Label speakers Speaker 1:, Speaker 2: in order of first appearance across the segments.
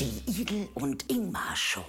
Speaker 1: Die Idel und Ingmar Show.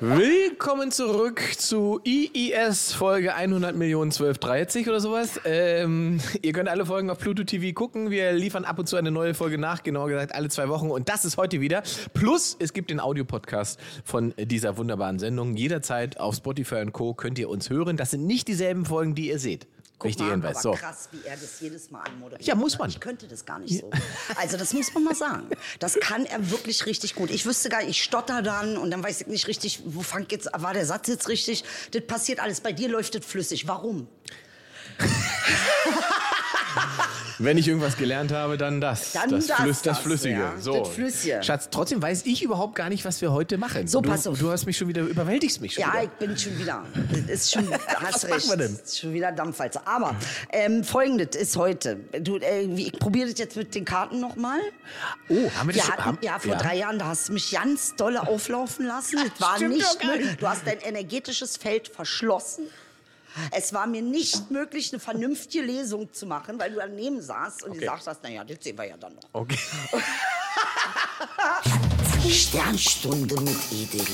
Speaker 2: Willkommen zurück zu IIS Folge 100 Millionen 1230 oder sowas. Ähm, ihr könnt alle Folgen auf Pluto TV gucken. Wir liefern ab und zu eine neue Folge nach, genauer gesagt alle zwei Wochen. Und das ist heute wieder. Plus, es gibt den Audiopodcast von dieser wunderbaren Sendung. Jederzeit auf Spotify und Co. könnt ihr uns hören. Das sind nicht dieselben Folgen, die ihr seht. Wichtiger
Speaker 1: Mann,
Speaker 2: Hinweis.
Speaker 1: aber
Speaker 2: So.
Speaker 1: krass, wie er das jedes Mal anmoderiert.
Speaker 2: Ja, muss
Speaker 1: ne?
Speaker 2: man.
Speaker 1: Ich könnte das gar nicht so. Also, das muss man mal sagen. Das kann er wirklich richtig gut. Ich wüsste gar nicht, ich stotter dann und dann weiß ich nicht richtig, wo fang jetzt, war der Satz jetzt richtig? Das passiert alles. Bei dir läuft das flüssig. Warum?
Speaker 2: Wenn ich irgendwas gelernt habe, dann das.
Speaker 1: Dann
Speaker 2: das,
Speaker 1: das,
Speaker 2: Flüss, das
Speaker 1: das,
Speaker 2: Flüssige.
Speaker 1: ja.
Speaker 2: So.
Speaker 1: Das Flüssige.
Speaker 2: Schatz, trotzdem weiß ich überhaupt gar nicht, was wir heute machen.
Speaker 1: So,
Speaker 2: du,
Speaker 1: pass auf.
Speaker 2: Du hast mich schon wieder, überwältigst mich schon
Speaker 1: Ja,
Speaker 2: wieder.
Speaker 1: ich bin schon wieder. Das ist schon, hast
Speaker 2: Was
Speaker 1: recht.
Speaker 2: machen wir denn?
Speaker 1: Ist Schon wieder Dampfwalze. Aber ähm, folgendes ist heute. Du, äh, wie- ich probiere das jetzt mit den Karten nochmal.
Speaker 2: Oh, haben
Speaker 1: Wir
Speaker 2: wir das schon? haben-
Speaker 1: hatten, ja, vor drei Jahren, da hast du mich ganz dolle auflaufen lassen. Das war
Speaker 2: Stimmt doch
Speaker 1: nicht
Speaker 2: gar
Speaker 1: möglich. Du hast dein energetisches Feld verschlossen. Es war mir nicht möglich, eine vernünftige Lesung zu machen, weil du daneben saßt und gesagt hast, naja, das sehen wir ja dann noch.
Speaker 2: Okay.
Speaker 1: Sternstunde mit Edel.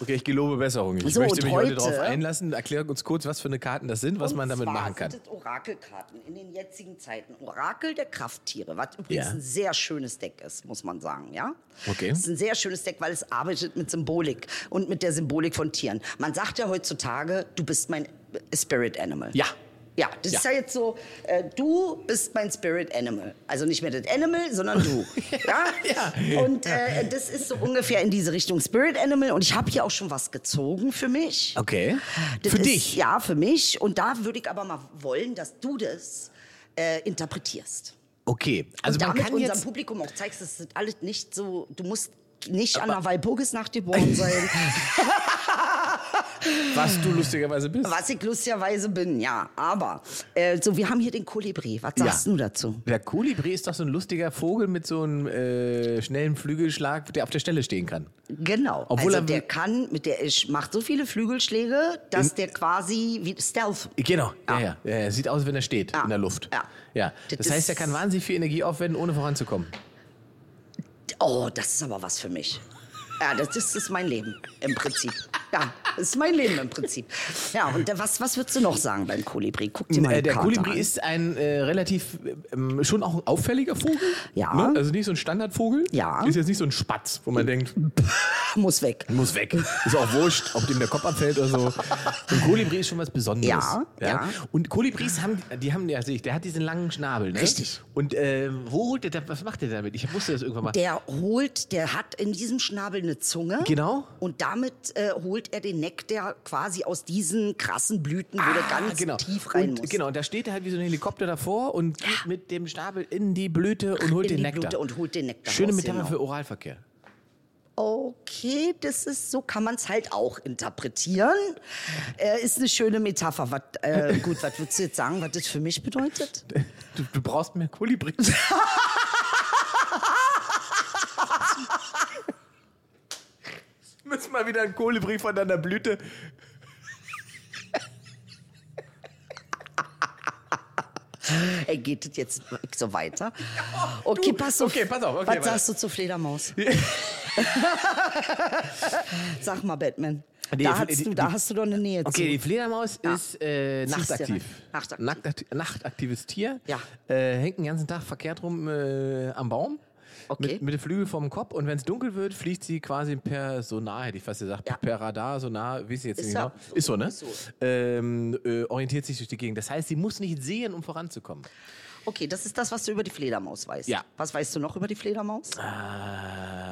Speaker 2: Okay, ich gelobe Besserung. Ich
Speaker 1: So,
Speaker 2: möchte
Speaker 1: und
Speaker 2: mich heute,
Speaker 1: heute-
Speaker 2: darauf einlassen. Erklär uns kurz, was für eine Karten das sind, was man damit
Speaker 1: zwar
Speaker 2: machen kann.
Speaker 1: Sind das Orakelkarten in den jetzigen Zeiten. Orakel der Krafttiere, was übrigens
Speaker 2: Ja.
Speaker 1: ein sehr schönes Deck ist, muss man sagen, ja?
Speaker 2: Okay.
Speaker 1: Es ist ein sehr schönes Deck, weil es arbeitet mit Symbolik und mit der Symbolik von Tieren. Man sagt ja heutzutage, du bist mein Spirit Animal.
Speaker 2: Ja.
Speaker 1: Ja, das
Speaker 2: Ja.
Speaker 1: ist ja jetzt so, äh, du bist mein Spirit Animal. Also nicht mehr das Animal, sondern du. ja?
Speaker 2: Ja.
Speaker 1: Und äh, das ist so ungefähr in diese Richtung Spirit Animal. Und ich habe hier auch schon was gezogen für mich.
Speaker 2: Okay.
Speaker 1: Das
Speaker 2: Für
Speaker 1: ist,
Speaker 2: dich.
Speaker 1: Ja, für mich. Und da würde ich aber mal wollen, dass du das äh, interpretierst.
Speaker 2: Okay. Also
Speaker 1: und
Speaker 2: man
Speaker 1: damit
Speaker 2: kann
Speaker 1: unserem
Speaker 2: jetzt.
Speaker 1: Publikum auch zeigst, dass das alles nicht so, du musst nicht an der Walpurgis Nacht geboren sein,
Speaker 2: Was du lustigerweise bist.
Speaker 1: was ich lustigerweise bin, ja. Aber äh, so, wir haben hier den Kolibri. Was sagst
Speaker 2: Ja.
Speaker 1: du dazu?
Speaker 2: Der Kolibri ist doch so ein lustiger Vogel mit so einem äh, schnellen Flügelschlag, der auf der Stelle stehen kann.
Speaker 1: Genau.
Speaker 2: Obwohl er-
Speaker 1: also der kann, mit der ich macht so viele Flügelschläge, dass der quasi wie Stealth.
Speaker 2: Genau. Ja, ja. ja. ja. Sieht aus, wenn er steht
Speaker 1: Ja.
Speaker 2: in der Luft.
Speaker 1: Ja.
Speaker 2: ja.
Speaker 1: Das
Speaker 2: Das heißt, er
Speaker 1: ist-
Speaker 2: kann wahnsinnig viel Energie aufwenden, ohne voranzukommen.
Speaker 1: Oh, das ist aber was für mich. Ja, das ist, ist mein Leben im Prinzip. Ja, das ist mein Leben im Prinzip. Ja, und der, was, was würdest du noch sagen beim Kolibri? Guck dir mal
Speaker 2: Äh,
Speaker 1: die
Speaker 2: der
Speaker 1: Karte
Speaker 2: Kolibri
Speaker 1: an.
Speaker 2: ist ein äh, relativ, ähm, schon auch ein auffälliger Vogel.
Speaker 1: Ja.
Speaker 2: Ne? Also nicht so ein Standardvogel.
Speaker 1: Ja.
Speaker 2: Ist jetzt nicht so ein Spatz, wo man denkt,
Speaker 1: muss weg.
Speaker 2: muss weg. Ist auch wurscht, ob dem der Kopf abfällt oder so. Und Kolibri ist schon was Besonderes.
Speaker 1: Ja, ja.
Speaker 2: Und Kolibris haben, die haben, ja, sehe ich, der hat diesen langen Schnabel, ne?
Speaker 1: Richtig.
Speaker 2: Und äh, wo holt der, da- was macht der damit? Ich musste das irgendwann mal.
Speaker 1: Der holt, der hat in diesem Schnabel eine Zunge.
Speaker 2: Genau.
Speaker 1: Und damit äh, holt er den Nektar quasi aus diesen krassen Blüten, wo der ganz Ah, also tief rein
Speaker 2: Ah, genau. und,
Speaker 1: muss.
Speaker 2: Genau, und da steht er halt wie so ein Helikopter davor und geht mit dem Schnabel in die Blüte und holt
Speaker 1: in
Speaker 2: den
Speaker 1: die
Speaker 2: Nektar.
Speaker 1: Blüte und holt den Nektar
Speaker 2: Schöne
Speaker 1: raus,
Speaker 2: Metapher
Speaker 1: genau.
Speaker 2: für Oralverkehr.
Speaker 1: Okay, das ist so kann man es halt auch interpretieren. Äh, ist eine schöne Metapher. Was, äh, gut, was würdest du jetzt sagen, was das für mich bedeutet?
Speaker 2: Du, du brauchst mehr Kolibri. Müssen mal wieder ein Kolibri von deiner Blüte.
Speaker 1: Ey, geht das jetzt wirklich so weiter? Okay, pass auf.
Speaker 2: okay, pass auf,
Speaker 1: Was
Speaker 2: okay, warte.
Speaker 1: sagst du zur Fledermaus? Sag mal, Batman.
Speaker 2: Nee,
Speaker 1: da,
Speaker 2: die-
Speaker 1: hast
Speaker 2: die-
Speaker 1: du, da hast du doch eine Nähe
Speaker 2: Okay, die
Speaker 1: zu.
Speaker 2: Fledermaus ist äh,
Speaker 1: Siehst du,
Speaker 2: nachtaktiv.
Speaker 1: nachtaktiv.
Speaker 2: Nachtakt- nachtaktives Tier.
Speaker 1: Ja.
Speaker 2: Äh, hängt den ganzen Tag verkehrt rum äh, am Baum.
Speaker 1: Okay.
Speaker 2: Mit, mit den Flügeln vom Kopf. Und wenn es dunkel wird, fliegt sie quasi per Sonar, hätte ich fast gesagt.
Speaker 1: Ja.
Speaker 2: Per Radar, Sonar, wie sie jetzt
Speaker 1: Ist
Speaker 2: nicht
Speaker 1: ja
Speaker 2: genau. Ist so, ne?
Speaker 1: so.
Speaker 2: Ähm, äh, orientiert sich durch die Gegend. Das heißt, sie muss nicht sehen, um voranzukommen.
Speaker 1: Okay, das ist das, was du über die Fledermaus weißt.
Speaker 2: Ja. Ah.
Speaker 1: Was weißt du noch über die Fledermaus?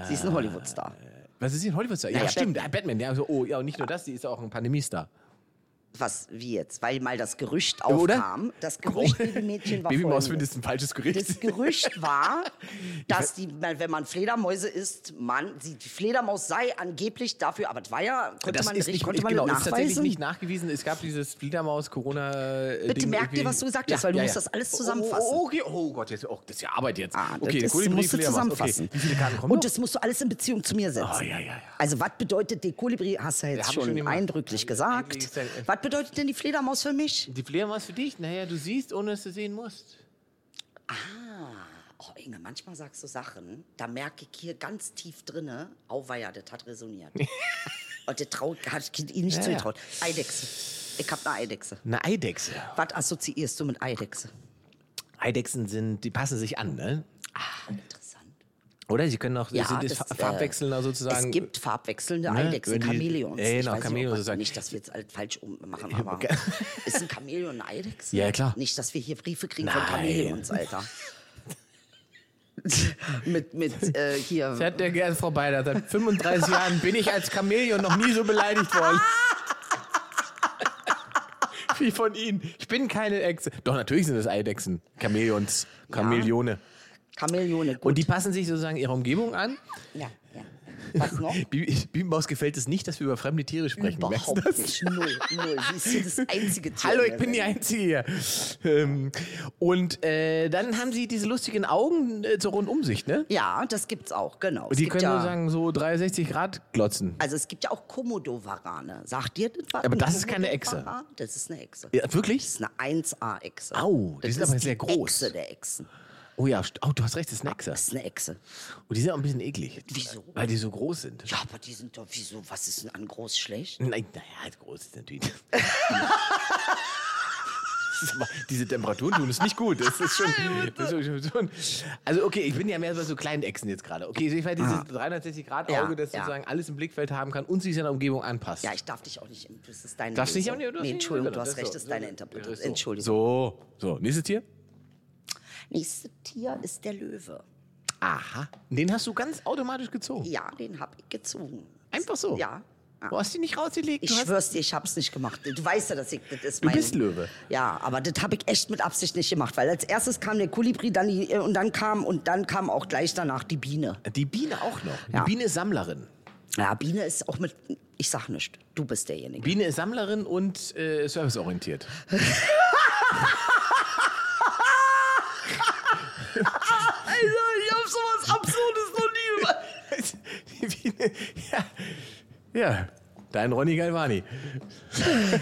Speaker 1: Sie ist ein Hollywood-Star.
Speaker 2: Was ist sie in Hollywood? Ja,
Speaker 1: Naja,
Speaker 2: stimmt.
Speaker 1: Batman.
Speaker 2: Batman. Ja, also, oh, ja, und nicht nur das, sie ist auch ein Pandemiestar.
Speaker 1: was wie jetzt, weil mal das Gerücht aufkam. Das Gerücht, liebe Mädchen, war
Speaker 2: Babymaus
Speaker 1: folgendes.
Speaker 2: findest ein falsches Gerücht.
Speaker 1: Das Gerücht war, dass die, wenn man Fledermäuse isst, man, die Fledermaus sei angeblich dafür, aber das war ja, konnte
Speaker 2: das
Speaker 1: man,
Speaker 2: ist
Speaker 1: richtig-
Speaker 2: nicht,
Speaker 1: konnte man
Speaker 2: genau,
Speaker 1: nicht
Speaker 2: ist tatsächlich
Speaker 1: nachweisen.
Speaker 2: nicht nachgewiesen. Es gab dieses äh, Fledermaus-Corona-Ding.
Speaker 1: Bitte merk dir, was du gesagt hast, weil du musst das alles zusammenfassen.
Speaker 2: Oh, okay. oh Gott, jetzt, oh, das ist ja Arbeit jetzt.
Speaker 1: Ah,
Speaker 2: okay,
Speaker 1: das
Speaker 2: Kolibri,
Speaker 1: musst du
Speaker 2: Fledermaus,
Speaker 1: zusammenfassen.
Speaker 2: Okay. Wie viele Karten kommen
Speaker 1: Und
Speaker 2: noch?
Speaker 1: das musst du alles in Beziehung zu mir setzen.
Speaker 2: Oh, ja, ja, ja.
Speaker 1: Also was bedeutet die Kolibri, hast du ja jetzt
Speaker 2: haben schon
Speaker 1: schon
Speaker 2: immer-
Speaker 1: eindrücklich gesagt.
Speaker 2: Eigentlich ist der-
Speaker 1: was bedeutet denn die Fledermaus für mich?
Speaker 2: Die Fledermaus für dich? Naja, du siehst, ohne dass du sehen musst.
Speaker 1: Oh Inge, manchmal sagst du Sachen, da merke ich hier ganz tief drinne, auweia, das hat resoniert. Und das traut, hat ich ihm nicht
Speaker 2: Ja, ja.
Speaker 1: zugetraut. Eidechse. Ich hab eine Eidechse.
Speaker 2: Eine Eidechse.
Speaker 1: Was assoziierst du mit Eidechse?
Speaker 2: Eidechsen sind, die passen sich an, ne?
Speaker 1: Ah, interessant.
Speaker 2: Oder? Sie können auch, sind das,
Speaker 1: das, äh,
Speaker 2: Farbwechselnder sozusagen.
Speaker 1: Es gibt farbwechselnde
Speaker 2: Ne?
Speaker 1: Eidechsen,
Speaker 2: Wenn die-
Speaker 1: Chamäleons.
Speaker 2: Ja, genau,
Speaker 1: Ich weiß nicht, ob
Speaker 2: Chamäleons
Speaker 1: man-
Speaker 2: sozusagen.
Speaker 1: Nicht, dass wir jetzt halt falsch ummachen, aber
Speaker 2: Okay.
Speaker 1: ist ein Chamäleon eine Eidechse?
Speaker 2: Ja, klar.
Speaker 1: Nicht, dass wir hier Briefe kriegen von
Speaker 2: Nein.
Speaker 1: Chamäleons, Alter. mit, mit, äh, hier.
Speaker 2: Das hat der gern vorbei. da Seit 35 Jahren bin ich als Chamäleon noch nie so beleidigt worden. Wie von Ihnen. Ich bin keine Echse. Doch, natürlich sind es Eidechsen. Chamäleons. Chamäleone.
Speaker 1: Chamäleone, gut.
Speaker 2: Und die passen sich sozusagen ihrer Umgebung an.
Speaker 1: Ja, ja. Was
Speaker 2: Oh.
Speaker 1: noch?
Speaker 2: Bibi- Bibimaus gefällt es nicht, dass wir über fremde Tiere sprechen. Merkst du
Speaker 1: Überhaupt
Speaker 2: das?
Speaker 1: nicht. Null, null. Sie ist hier das einzige Tier.
Speaker 2: Hallo,
Speaker 1: in
Speaker 2: ich
Speaker 1: der
Speaker 2: bin die
Speaker 1: Welt.
Speaker 2: Einzige hier. Ähm, und äh, dann haben sie diese lustigen Augen äh, zur Rundumsicht, ne?
Speaker 1: Ja, das gibt's auch, genau.
Speaker 2: Und
Speaker 1: Es
Speaker 2: die
Speaker 1: gibt
Speaker 2: können
Speaker 1: ja,
Speaker 2: sozusagen so 360 Grad glotzen.
Speaker 1: Also es gibt ja auch Komodowarane. Sagt dir das was?
Speaker 2: Aber
Speaker 1: Ein
Speaker 2: das ist keine Echse.
Speaker 1: Komodowaran? Das ist eine Echse.
Speaker 2: Ja, wirklich?
Speaker 1: Das ist eine 1A-Echse.
Speaker 2: Au, die
Speaker 1: das
Speaker 2: sind aber
Speaker 1: ist
Speaker 2: sehr
Speaker 1: die
Speaker 2: groß.
Speaker 1: Echse der Echsen.
Speaker 2: Oh ja, st- oh, du hast recht, das ist ein Nexer.
Speaker 1: Das ist eine Echse.
Speaker 2: Und die sind auch ein bisschen eklig.
Speaker 1: Wieso?
Speaker 2: Weil die so groß sind.
Speaker 1: Ja, aber die sind doch, wieso, was ist denn an groß schlecht?
Speaker 2: Nein, naja, also groß ist natürlich. Das ist aber- Diese Temperaturen tun es nicht gut. Das ist schon. Das ist schon- schon also, okay, ich bin ja mehr bei so kleinen Echsen jetzt gerade. Okay, ich werde dieses 360-Grad-Auge,
Speaker 1: Ja,
Speaker 2: das
Speaker 1: ja.
Speaker 2: sozusagen alles im Blickfeld haben kann und sich seiner Umgebung anpasst.
Speaker 1: Ja, ich darf dich auch nicht, das ist deine
Speaker 2: Darfst du nicht
Speaker 1: Lösung.
Speaker 2: auch nicht- du
Speaker 1: Nee,
Speaker 2: hast nicht-
Speaker 1: Entschuldigung, du
Speaker 2: genau,
Speaker 1: hast
Speaker 2: das ist
Speaker 1: recht,
Speaker 2: so.
Speaker 1: das ist deine
Speaker 2: Das ist
Speaker 1: Interpretation.
Speaker 2: so.
Speaker 1: Entschuldigung.
Speaker 2: So, so, nächstes Tier.
Speaker 1: Nächstes Tier ist der Löwe.
Speaker 2: Aha. Den hast du ganz automatisch gezogen.
Speaker 1: Ja, den habe ich gezogen.
Speaker 2: Einfach so.
Speaker 1: Ja. ja.
Speaker 2: Du hast die nicht rausgelegt.
Speaker 1: Ich
Speaker 2: du hast
Speaker 1: schwör's dir, ich hab's nicht gemacht. Du weißt ja, dass ich das ist
Speaker 2: Du
Speaker 1: mein.
Speaker 2: bist Löwe.
Speaker 1: Ja, aber das habe ich echt mit Absicht nicht gemacht, weil als erstes kam der Kolibri, dann die, äh, und dann kam und dann kam auch gleich danach die Biene.
Speaker 2: die Biene auch noch. Die
Speaker 1: Ja.
Speaker 2: Biene ist Sammlerin.
Speaker 1: Ja, Biene ist auch mit. Ich sag nicht, du bist derjenige.
Speaker 2: Biene ist Sammlerin und äh, serviceorientiert.
Speaker 1: Alter, ich hab sowas Absurdes noch nie gemacht.
Speaker 2: Die Biene, ja. ja, dein Ronny Galvani.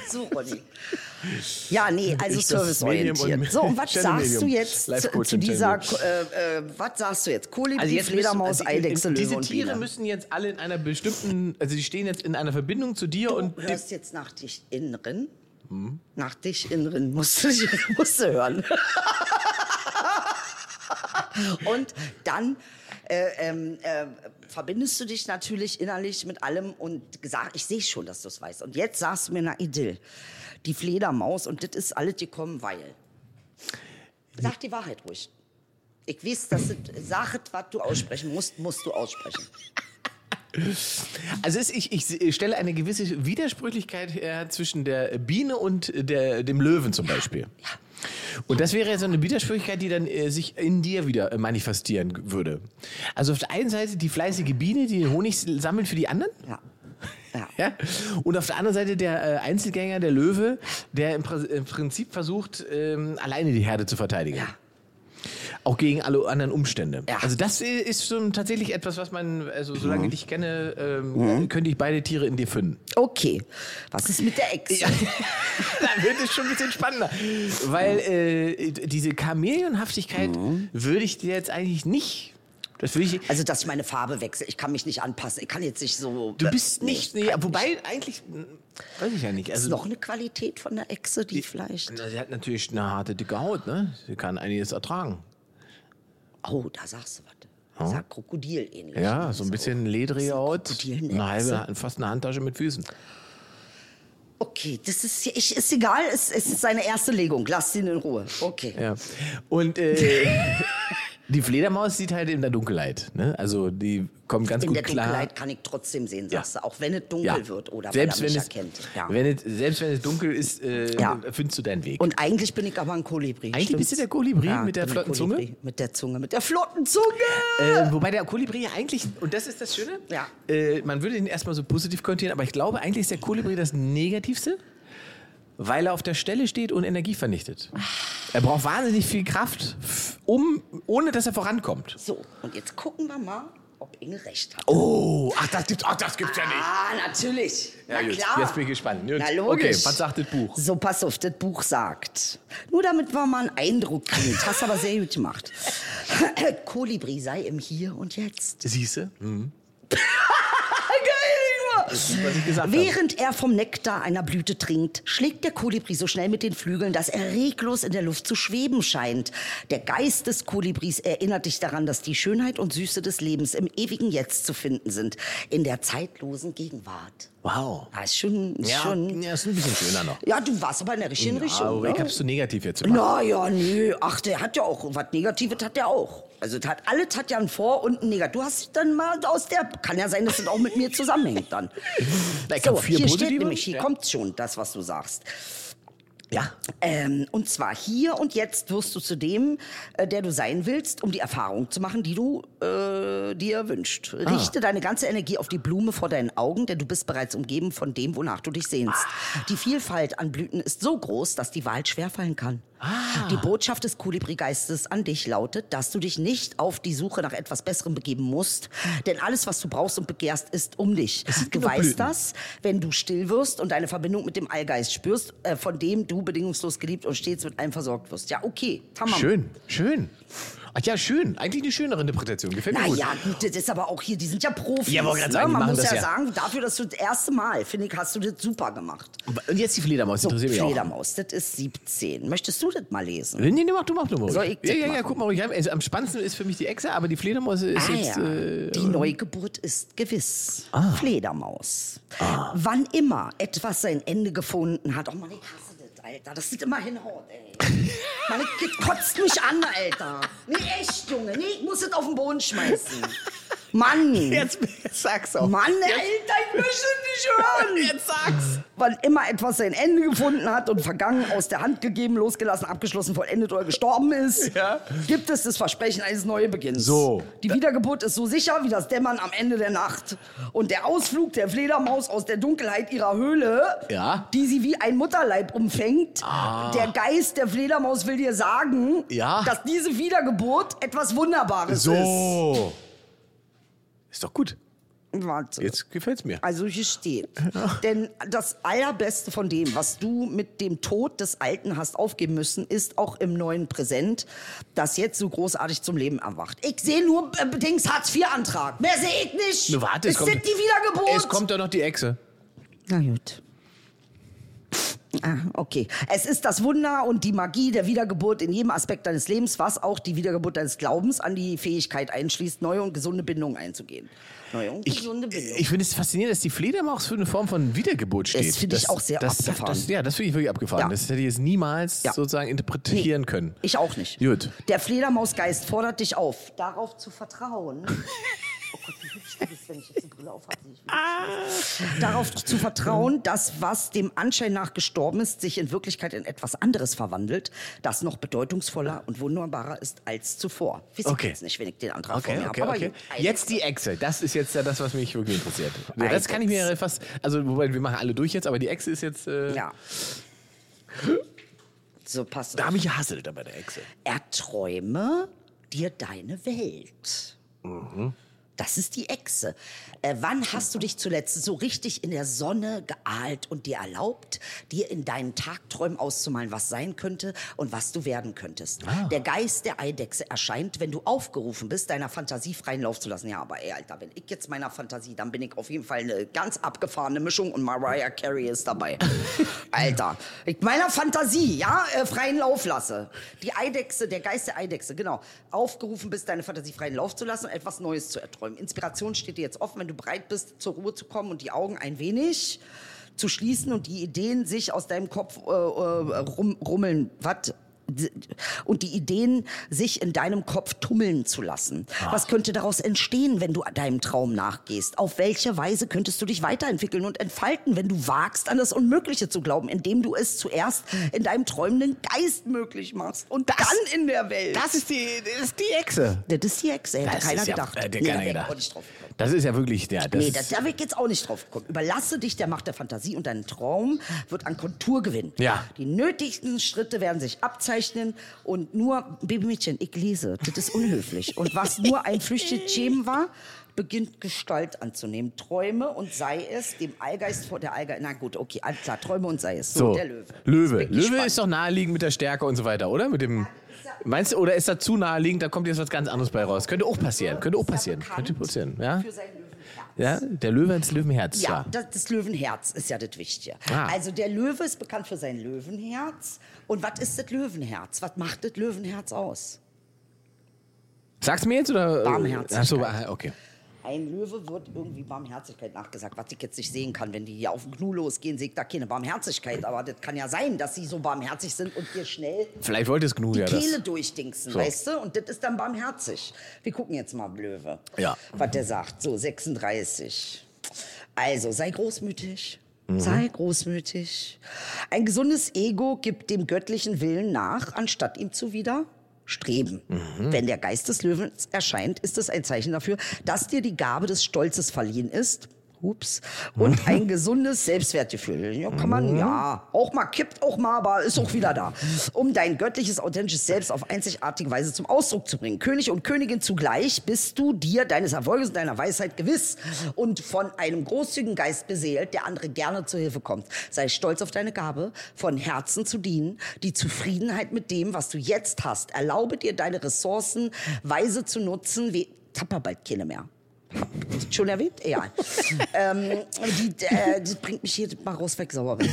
Speaker 1: So, Ronny. Ja, nee, also
Speaker 2: Ich das Medium und-
Speaker 1: serviceorientiert. So, und was
Speaker 2: Channel
Speaker 1: sagst du
Speaker 2: Medium.
Speaker 1: jetzt
Speaker 2: Live
Speaker 1: zu,
Speaker 2: Coaching
Speaker 1: zu dieser,
Speaker 2: Channel.
Speaker 1: äh, äh, was sagst du jetzt? Kolibri, Fledermaus,
Speaker 2: Also müssen-
Speaker 1: Eidechse, Löwe
Speaker 2: Diese
Speaker 1: und
Speaker 2: Tiere
Speaker 1: Biene.
Speaker 2: müssen jetzt alle in einer bestimmten, also die stehen jetzt in einer Verbindung zu dir und
Speaker 1: Du hörst jetzt nach dich inneren. Nach dich inneren musst du, musst du hören. und dann äh, ähm, äh, verbindest du dich natürlich innerlich mit allem und sag, ich sehe schon, dass du es weißt. Und jetzt sagst du mir, na Idyll, die Fledermaus und das ist alles gekommen, weil. Sag die Wahrheit ruhig. Ich weiß, dass du, sag, es, was du aussprechen musst, musst du aussprechen.
Speaker 2: also es, ich, ich ich stelle eine gewisse Widersprüchlichkeit her zwischen der Biene und der, dem Löwen zum Beispiel. Und das wäre jetzt so eine Widersprüchlichkeit, die dann äh, sich in dir wieder äh, manifestieren g- würde. Also auf der einen Seite die fleißige Biene, die den Honig s- sammelt für die anderen.
Speaker 1: Ja. Ja.
Speaker 2: Ja? Und auf der anderen Seite der äh, Einzelgänger, der Löwe, der im, Pr im Prinzip versucht, ähm, alleine die Herde zu verteidigen.
Speaker 1: Ja.
Speaker 2: Auch gegen alle anderen Umstände.
Speaker 1: Ja.
Speaker 2: Also das i- ist schon tatsächlich etwas, was man, also solange ich dich kenne, ähm, könnte ich beide Tiere in dir finden.
Speaker 1: Okay. Was ist mit der Ex?
Speaker 2: Dann wird es schon ein bisschen spannender. Weil äh, diese Chamäleonhaftigkeit würde ich dir jetzt eigentlich nicht. Das würde ich.
Speaker 1: Also, dass ich meine Farbe wechsle. Ich kann mich nicht anpassen. Ich kann jetzt nicht so.
Speaker 2: Du bist nicht.
Speaker 1: Äh, Nee,
Speaker 2: Nee, wobei eigentlich. hm, Weiß ich ja nicht.
Speaker 1: ist
Speaker 2: Also,
Speaker 1: noch eine Qualität von der Echse, die vielleicht.
Speaker 2: Na, sie hat natürlich eine harte, dicke Haut, ne? Sie kann einiges ertragen.
Speaker 1: Oh, da sagst du was. Ich Sag Krokodil ähnlich.
Speaker 2: Oh. Ja, so ein bisschen ledrige Haut.
Speaker 1: Krokodilnechse.
Speaker 2: Eine halbe, fast eine Handtasche mit Füßen.
Speaker 1: Okay, das ist, ich, ist egal. Es, es ist seine erste Legung. Lass ihn in Ruhe. Okay.
Speaker 2: Ja. Und äh, Die Fledermaus sieht halt in der Dunkelheit. Ne? Also die kommt ganz
Speaker 1: In
Speaker 2: gut
Speaker 1: der
Speaker 2: klar.
Speaker 1: Dunkelheit kann ich trotzdem sehen,
Speaker 2: Ja.
Speaker 1: sagst du, auch wenn es dunkel wird oder
Speaker 2: selbst
Speaker 1: weil er
Speaker 2: wenn
Speaker 1: mich
Speaker 2: es,
Speaker 1: erkennt. Ja.
Speaker 2: Wenn es, selbst wenn es dunkel ist, äh,
Speaker 1: Ja.
Speaker 2: findest du deinen Weg.
Speaker 1: Und eigentlich bin ich aber ein Kolibri.
Speaker 2: Eigentlich
Speaker 1: stimmt's?
Speaker 2: bist du der Kolibri
Speaker 1: Ja,
Speaker 2: mit der
Speaker 1: ich bin
Speaker 2: flotten
Speaker 1: ein Kolibri. Mit der Zunge, mit der flotten Zunge!
Speaker 2: Äh, wobei der Kolibri ja eigentlich, und das ist das Schöne,
Speaker 1: Ja.
Speaker 2: äh, man würde ihn erstmal so positiv kontieren, aber ich glaube, eigentlich ist der Kolibri das Negativste, weil er auf der Stelle steht und Energie vernichtet. Er braucht wahnsinnig viel Kraft, f- um, ohne dass er vorankommt.
Speaker 1: So, und jetzt gucken wir mal, ob Inge recht hat.
Speaker 2: Oh, ach, das gibt's, ach, das gibt's ja nicht.
Speaker 1: Ah, natürlich.
Speaker 2: Ja,
Speaker 1: Na
Speaker 2: gut.
Speaker 1: klar.
Speaker 2: Jetzt bin ich gespannt. Gut.
Speaker 1: Na logisch.
Speaker 2: Okay, was sagt das Buch?
Speaker 1: So, pass auf, das Buch sagt. Nur damit wir mal einen Eindruck kriegen. Das Hast aber sehr gut gemacht. Kolibri sei im Hier und Jetzt.
Speaker 2: Siehste?
Speaker 1: Geil, Ingo!
Speaker 2: Mhm. Was ich gesagt habe.
Speaker 1: Während er vom Nektar einer Blüte trinkt, schlägt der Kolibri so schnell mit den Flügeln, dass er reglos in der Luft zu schweben scheint. Der Geist des Kolibris erinnert dich daran, dass die Schönheit und Süße des Lebens im ewigen Jetzt zu finden sind, in der zeitlosen Gegenwart.
Speaker 2: Wow.
Speaker 1: Ah, ist schon, ist
Speaker 2: Ja,
Speaker 1: schon.
Speaker 2: ja, ist ein bisschen schöner noch.
Speaker 1: Ja, du warst aber in der richtigen Richtung.
Speaker 2: Aber
Speaker 1: ne?
Speaker 2: ich hab's zu negativ jetzt gemacht.
Speaker 1: Na ja, nee. Ach, der hat ja auch was Negatives hat der auch. Also das hat alles hat ja ein Vor und ein Negativ. Du hast dann mal aus der kann ja sein, dass das auch mit mir zusammenhängt dann.
Speaker 2: Na, ich
Speaker 1: so,
Speaker 2: hab vier
Speaker 1: hier steht
Speaker 2: positive.
Speaker 1: nämlich, hier
Speaker 2: Ja.
Speaker 1: kommt schon das, was du sagst.
Speaker 2: Ja.
Speaker 1: Ähm, und zwar hier und jetzt wirst du zu dem, äh, der du sein willst, um die Erfahrung zu machen, die du äh, dir wünschst.
Speaker 2: Ah.
Speaker 1: Richte deine ganze Energie auf die Blume vor deinen Augen, denn du bist bereits umgeben von dem, wonach du dich sehnst.
Speaker 2: Ah.
Speaker 1: Die Vielfalt an Blüten ist so groß, dass die Wahl schwerfallen kann.
Speaker 2: Ah.
Speaker 1: Die Botschaft des Kolibri-Geistes an dich lautet, dass du dich nicht auf die Suche nach etwas Besserem begeben musst, denn alles, was du brauchst und begehrst, ist um dich. Du
Speaker 2: genug
Speaker 1: weißt
Speaker 2: Blüten.
Speaker 1: das das, wenn du still wirst und deine Verbindung mit dem Allgeist spürst, äh, von dem du bedingungslos geliebt und stets mit allem versorgt wirst. Ja, okay, tamam.
Speaker 2: Schön, schön. Ach ja, schön. Eigentlich eine schönere Interpretation. Gefällt mir gut.
Speaker 1: Naja, gut, das ist aber auch hier, die sind ja Profis. ne?
Speaker 2: Ja, wollte gerade sagen, die
Speaker 1: Man
Speaker 2: machen
Speaker 1: muss
Speaker 2: das
Speaker 1: ja,
Speaker 2: ja.
Speaker 1: sagen, dafür, dass du das erste Mal, finde ich, hast du das super gemacht.
Speaker 2: Und jetzt die Fledermaus,
Speaker 1: So,
Speaker 2: interessiert mich auch.
Speaker 1: Fledermaus, das ist 17. Möchtest du das mal lesen?
Speaker 2: Nee, nee, mach du, mach du mal. ruhig.
Speaker 1: Soll ich
Speaker 2: ja,
Speaker 1: das
Speaker 2: ja, ja,
Speaker 1: machen?
Speaker 2: guck mal ruhig. rein. Also, am spannendsten ist für mich die Echse, aber die Fledermaus ist
Speaker 1: Ah
Speaker 2: jetzt...
Speaker 1: ja.
Speaker 2: Äh, Ah.
Speaker 1: die Neugeburt ist gewiss. Fledermaus. Wann immer etwas sein Ende gefunden hat. Oh Mann, ich hasse das, Alter. Das sieht immer hinhaut, ey. Mann, ich, das kotzt mich an, Alter. Nee, echt, Junge. Nee, ich muss das auf den Boden schmeißen. Mann.
Speaker 2: jetzt sag's auch.
Speaker 1: Mann, Alter, ich möchte es nicht hören.
Speaker 2: Jetzt sag's.
Speaker 1: Wann immer etwas sein Ende gefunden hat und vergangen, aus der Hand gegeben, losgelassen, abgeschlossen, vollendet oder gestorben ist,
Speaker 2: Ja.
Speaker 1: gibt es das Versprechen eines Neubeginns.
Speaker 2: So.
Speaker 1: Die Wiedergeburt ist so sicher wie das Dämmern am Ende der Nacht. Und der Ausflug der Fledermaus aus der Dunkelheit ihrer Höhle,
Speaker 2: Ja. Ah.
Speaker 1: die sie wie ein Mutterleib umfängt, der Geist der Fledermaus will dir sagen,
Speaker 2: Ja.
Speaker 1: dass diese Wiedergeburt etwas Wunderbares ist.
Speaker 2: So. Ist doch gut.
Speaker 1: Warte.
Speaker 2: Jetzt gefällt's mir.
Speaker 1: Also hier steht, denn das Allerbeste von dem, was du mit dem Tod des Alten hast aufgeben müssen, ist auch im neuen Präsent, das jetzt so großartig zum Leben erwacht. Ich sehe nur äh, Dings Hartz-IV-Antrag. Mehr sehe ich nicht.
Speaker 2: Nur warte, es
Speaker 1: ist
Speaker 2: kommt-
Speaker 1: das die Wiedergeburt?
Speaker 2: Es kommt doch noch die Echse.
Speaker 1: Na gut. Ah, okay. Es ist das Wunder und die Magie der Wiedergeburt in jedem Aspekt deines Lebens, was auch die Wiedergeburt deines Glaubens an die Fähigkeit einschließt, neue und gesunde Bindungen einzugehen. Neue und
Speaker 2: Ich,
Speaker 1: gesunde Bindungen.
Speaker 2: Äh, ich finde es faszinierend, dass die Fledermaus für eine Form von Wiedergeburt steht.
Speaker 1: Das finde ich auch sehr
Speaker 2: das,
Speaker 1: abgefahren.
Speaker 2: Das, ja, das finde ich wirklich abgefahren.
Speaker 1: Ja.
Speaker 2: Das hätte ich jetzt niemals
Speaker 1: Ja.
Speaker 2: sozusagen interpretieren
Speaker 1: Nee,
Speaker 2: können.
Speaker 1: Ich auch nicht.
Speaker 2: Gut.
Speaker 1: Der Fledermausgeist fordert dich auf, darauf zu vertrauen. Oh Gott, wie hübsch du bist, wenn ich jetzt die Brille auf habe. sehe ich wieder.
Speaker 2: Ah.
Speaker 1: Darauf zu vertrauen, dass was dem Anschein nach gestorben ist, sich in Wirklichkeit in etwas anderes verwandelt, das noch bedeutungsvoller und wunderbarer ist als zuvor. Weiß
Speaker 2: Okay.
Speaker 1: Ich jetzt nicht, wenn ich den Antrag vor
Speaker 2: Okay,
Speaker 1: mir
Speaker 2: okay,
Speaker 1: habe.
Speaker 2: okay. Jetzt die Echse. Das ist jetzt ja das, was mich wirklich interessiert. Ja, das
Speaker 1: Eidechse.
Speaker 2: kann ich mir ja fast. Also, wobei wir machen alle durch jetzt, aber die Echse ist jetzt. Äh,
Speaker 1: Ja. So passt.
Speaker 2: Da habe ich gehasselt bei der Echse.
Speaker 1: Erträume dir deine Welt. Das ist die Echse. Äh, wann hast du dich zuletzt so richtig in der Sonne geahlt und dir erlaubt, dir in deinen Tagträumen auszumalen, was sein könnte und was du werden könntest? Der Geist der Eidechse erscheint, wenn du aufgerufen bist, deiner Fantasie freien Lauf zu lassen. Ja, aber ey, Alter, wenn ich jetzt meiner Fantasie, dann bin ich auf jeden Fall eine ganz abgefahrene Mischung und Mariah Carey ist dabei. Alter, ich meiner Fantasie, ja, äh, freien Lauf lasse. Die Eidechse, der Geist der Eidechse, genau. Aufgerufen bist, deine Fantasie freien Lauf zu lassen und etwas Neues zu erträumen. Inspiration steht dir jetzt offen, wenn du bereit bist, zur Ruhe zu kommen und die Augen ein wenig zu schließen und die Ideen sich aus deinem Kopf äh, äh, rum, rummeln. Was? und die Ideen sich in deinem Kopf tummeln zu lassen. Was könnte daraus entstehen, wenn du deinem Traum nachgehst? Auf welche Weise könntest du dich weiterentwickeln und entfalten, wenn du wagst, an das Unmögliche zu glauben, indem du es zuerst in deinem träumenden Geist möglich machst und dann in der Welt.
Speaker 2: Das ist die, das ist die Echse.
Speaker 1: Das ist die Hexe, hätte
Speaker 2: Das
Speaker 1: keiner
Speaker 2: ist ja-
Speaker 1: gedacht.
Speaker 2: hätte
Speaker 1: Nee,
Speaker 2: keiner
Speaker 1: da wär ich
Speaker 2: gedacht.
Speaker 1: auch nicht drauf gekommen.
Speaker 2: Das ist ja wirklich der. Das
Speaker 1: Nee,
Speaker 2: ist-
Speaker 1: das, da wird jetzt auch nicht drauf gekommen. Überlasse dich der Macht der Fantasie und dein Traum wird an Kontur gewinnen.
Speaker 2: Ja.
Speaker 1: Die nötigsten Schritte werden sich abzeichnen und nur, Babymädchen, ich lese, das ist unhöflich. Und was nur ein flüchtiges Schämen war, beginnt Gestalt anzunehmen. Träume und sei es dem Allgeist vor der Allgeist. Na gut, okay, alles klar, Träume und sei es. So,
Speaker 2: so.
Speaker 1: der Löwe.
Speaker 2: Löwe,
Speaker 1: Das bin ich
Speaker 2: Löwe
Speaker 1: gespannt.
Speaker 2: ist doch naheliegend mit der Stärke und so weiter, oder? Mit dem. Meinst du, oder ist das zu naheliegend? Da kommt jetzt was ganz anderes bei raus. Könnte auch passieren. Könnte auch
Speaker 1: Ist ja
Speaker 2: passieren.
Speaker 1: bekannt
Speaker 2: Könnte passieren. Ja?
Speaker 1: Für sein Löwenherz.
Speaker 2: ja? Der Löwe ins Löwenherz.
Speaker 1: Ja,
Speaker 2: Ja.
Speaker 1: das, das Löwenherz ist ja das Wichtige.
Speaker 2: Ah.
Speaker 1: Also der Löwe ist bekannt für sein Löwenherz. Und was ist das Löwenherz? Was macht das Löwenherz aus?
Speaker 2: Sag's mir jetzt oder?
Speaker 1: Barmherzigkeit.
Speaker 2: Achso, ah, okay.
Speaker 1: Ein Löwe wird irgendwie Barmherzigkeit nachgesagt, was ich jetzt nicht sehen kann. Wenn die hier auf den Knu losgehen, sehe ich da keine Barmherzigkeit. Aber das kann ja sein, dass sie so barmherzig sind und hier schnell
Speaker 2: Vielleicht wollte es Gnu
Speaker 1: die
Speaker 2: ja das.
Speaker 1: Kehle durchdingsen, weißt du? Und das ist dann barmherzig. Wir gucken jetzt mal, Löwe,
Speaker 2: Ja.
Speaker 1: was der sagt. So, 36. Also, sei großmütig.
Speaker 2: Mhm.
Speaker 1: Sei großmütig. Ein gesundes Ego gibt dem göttlichen Willen nach, anstatt ihm zuwider streben.
Speaker 2: Mhm.
Speaker 1: Wenn der Geist des Löwens erscheint, ist es ein Zeichen dafür, dass dir die Gabe des Stolzes verliehen ist. Ups. Und ein gesundes Selbstwertgefühl. Ja, kann man, ja, auch mal kippt, auch mal, aber ist auch wieder da. Um dein göttliches, authentisches Selbst auf einzigartige Weise zum Ausdruck zu bringen. König und Königin zugleich bist du dir deines Erfolges und deiner Weisheit gewiss und von einem großzügigen Geist beseelt, der andere gerne zur Hilfe kommt. Sei stolz auf deine Gabe, von Herzen zu dienen, die Zufriedenheit mit dem, was du jetzt hast. Erlaube dir, deine Ressourcen weise zu nutzen. We ich hab ja bald keine mehr. Schon erwähnt? Egal. ähm, die, äh, das bringt mich hier mal raus weg, sauer weg.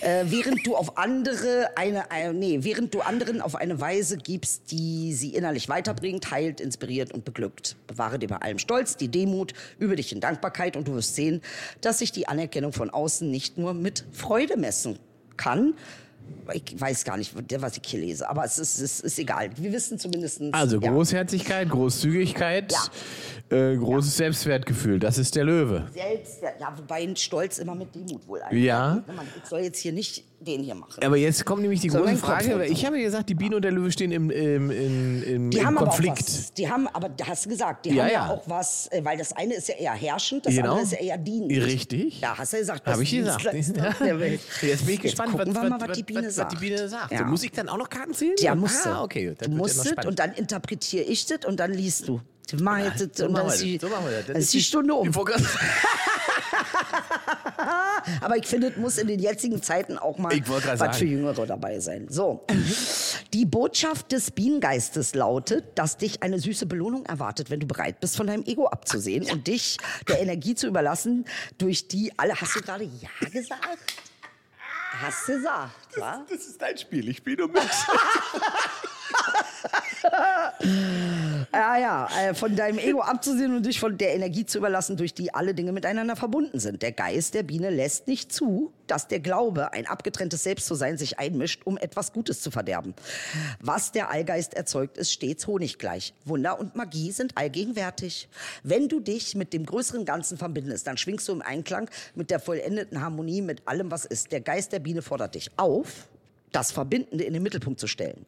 Speaker 1: Äh, während du auf andere eine, äh, nee, während du anderen auf eine Weise gibst, die sie innerlich weiterbringt, heilt, inspiriert und beglückt. Bewahre dir bei allem Stolz, die Demut, übe dich in Dankbarkeit und du wirst sehen, dass sich die Anerkennung von außen nicht nur mit Freude messen kann. Ich weiß gar nicht, was ich hier lese, aber es ist, es ist egal. Wir wissen zumindest.
Speaker 2: Also
Speaker 1: ja.
Speaker 2: Großherzigkeit, Großzügigkeit, äh, großes Selbstwertgefühl. Das ist der Löwe.
Speaker 1: Selbst, ja, wobei ein Stolz immer mit Demut wohl
Speaker 2: Ja.
Speaker 1: einhergeht, ne? Man- Ich soll jetzt hier nicht den hier machen.
Speaker 2: Aber jetzt kommt nämlich die
Speaker 1: Soll
Speaker 2: große
Speaker 1: mein Kopf
Speaker 2: Frage.
Speaker 1: runter?
Speaker 2: weil Ich habe ja gesagt, die Biene und der Löwe stehen im, im, im, im,
Speaker 1: die
Speaker 2: im
Speaker 1: haben aber auch
Speaker 2: Konflikt.
Speaker 1: was. Die haben, aber da hast du gesagt, die
Speaker 2: Ja,
Speaker 1: haben ja,
Speaker 2: ja.
Speaker 1: auch was, äh, weil das eine ist ja eher herrschend, das
Speaker 2: Genau.
Speaker 1: andere ist ja eher dienend.
Speaker 2: Richtig.
Speaker 1: Ja, hast du ja gesagt.
Speaker 2: Habe
Speaker 1: das
Speaker 2: ich gesagt.
Speaker 1: Dienstleister Der Welt.
Speaker 2: Jetzt bin ich gespannt,
Speaker 1: gucken
Speaker 2: was,
Speaker 1: wir mal, was,
Speaker 2: was,
Speaker 1: die Biene
Speaker 2: was,
Speaker 1: sagt.
Speaker 2: was die Biene sagt.
Speaker 1: Ja.
Speaker 2: Muss ich dann auch noch Karten ziehen?
Speaker 1: Ja, musst du.
Speaker 2: ah, okay. gut, das
Speaker 1: du
Speaker 2: wird
Speaker 1: musst
Speaker 2: ja noch
Speaker 1: es und
Speaker 2: spannend.
Speaker 1: dann interpretiere ich das und dann liest du. Das mach ich das,
Speaker 2: So
Speaker 1: und
Speaker 2: machen
Speaker 1: dann ist
Speaker 2: wir
Speaker 1: die,
Speaker 2: das, so machen wir das.
Speaker 1: dann ist die Stunde um.
Speaker 2: Ich wollte gerade-
Speaker 1: Aber ich finde, es muss in den jetzigen Zeiten auch mal
Speaker 2: Ich wollte gerade
Speaker 1: was
Speaker 2: sagen.
Speaker 1: für Jüngere dabei sein. So. Die Botschaft des Bienengeistes lautet, dass dich eine süße Belohnung erwartet, wenn du bereit bist, von deinem Ego abzusehen und dich der Energie zu überlassen, durch die alle. Hast du gerade Ja gesagt? Hast du gesagt, wa?
Speaker 2: Das ist dein Spiel, ich spiele nur mit.
Speaker 1: Ja, ja, äh, von deinem Ego abzusehen und dich von der Energie zu überlassen, durch die alle Dinge miteinander verbunden sind. Der Geist der Biene lässt nicht zu, dass der Glaube, ein abgetrenntes Selbst zu sein, sich einmischt, um etwas Gutes zu verderben. Was der Allgeist erzeugt, ist stets honiggleich. Wunder und Magie sind allgegenwärtig. Wenn du dich mit dem größeren Ganzen verbindest, dann schwingst du im Einklang mit der vollendeten Harmonie mit allem, was ist. Der Geist der Biene fordert dich auf, das Verbindende in den Mittelpunkt zu stellen.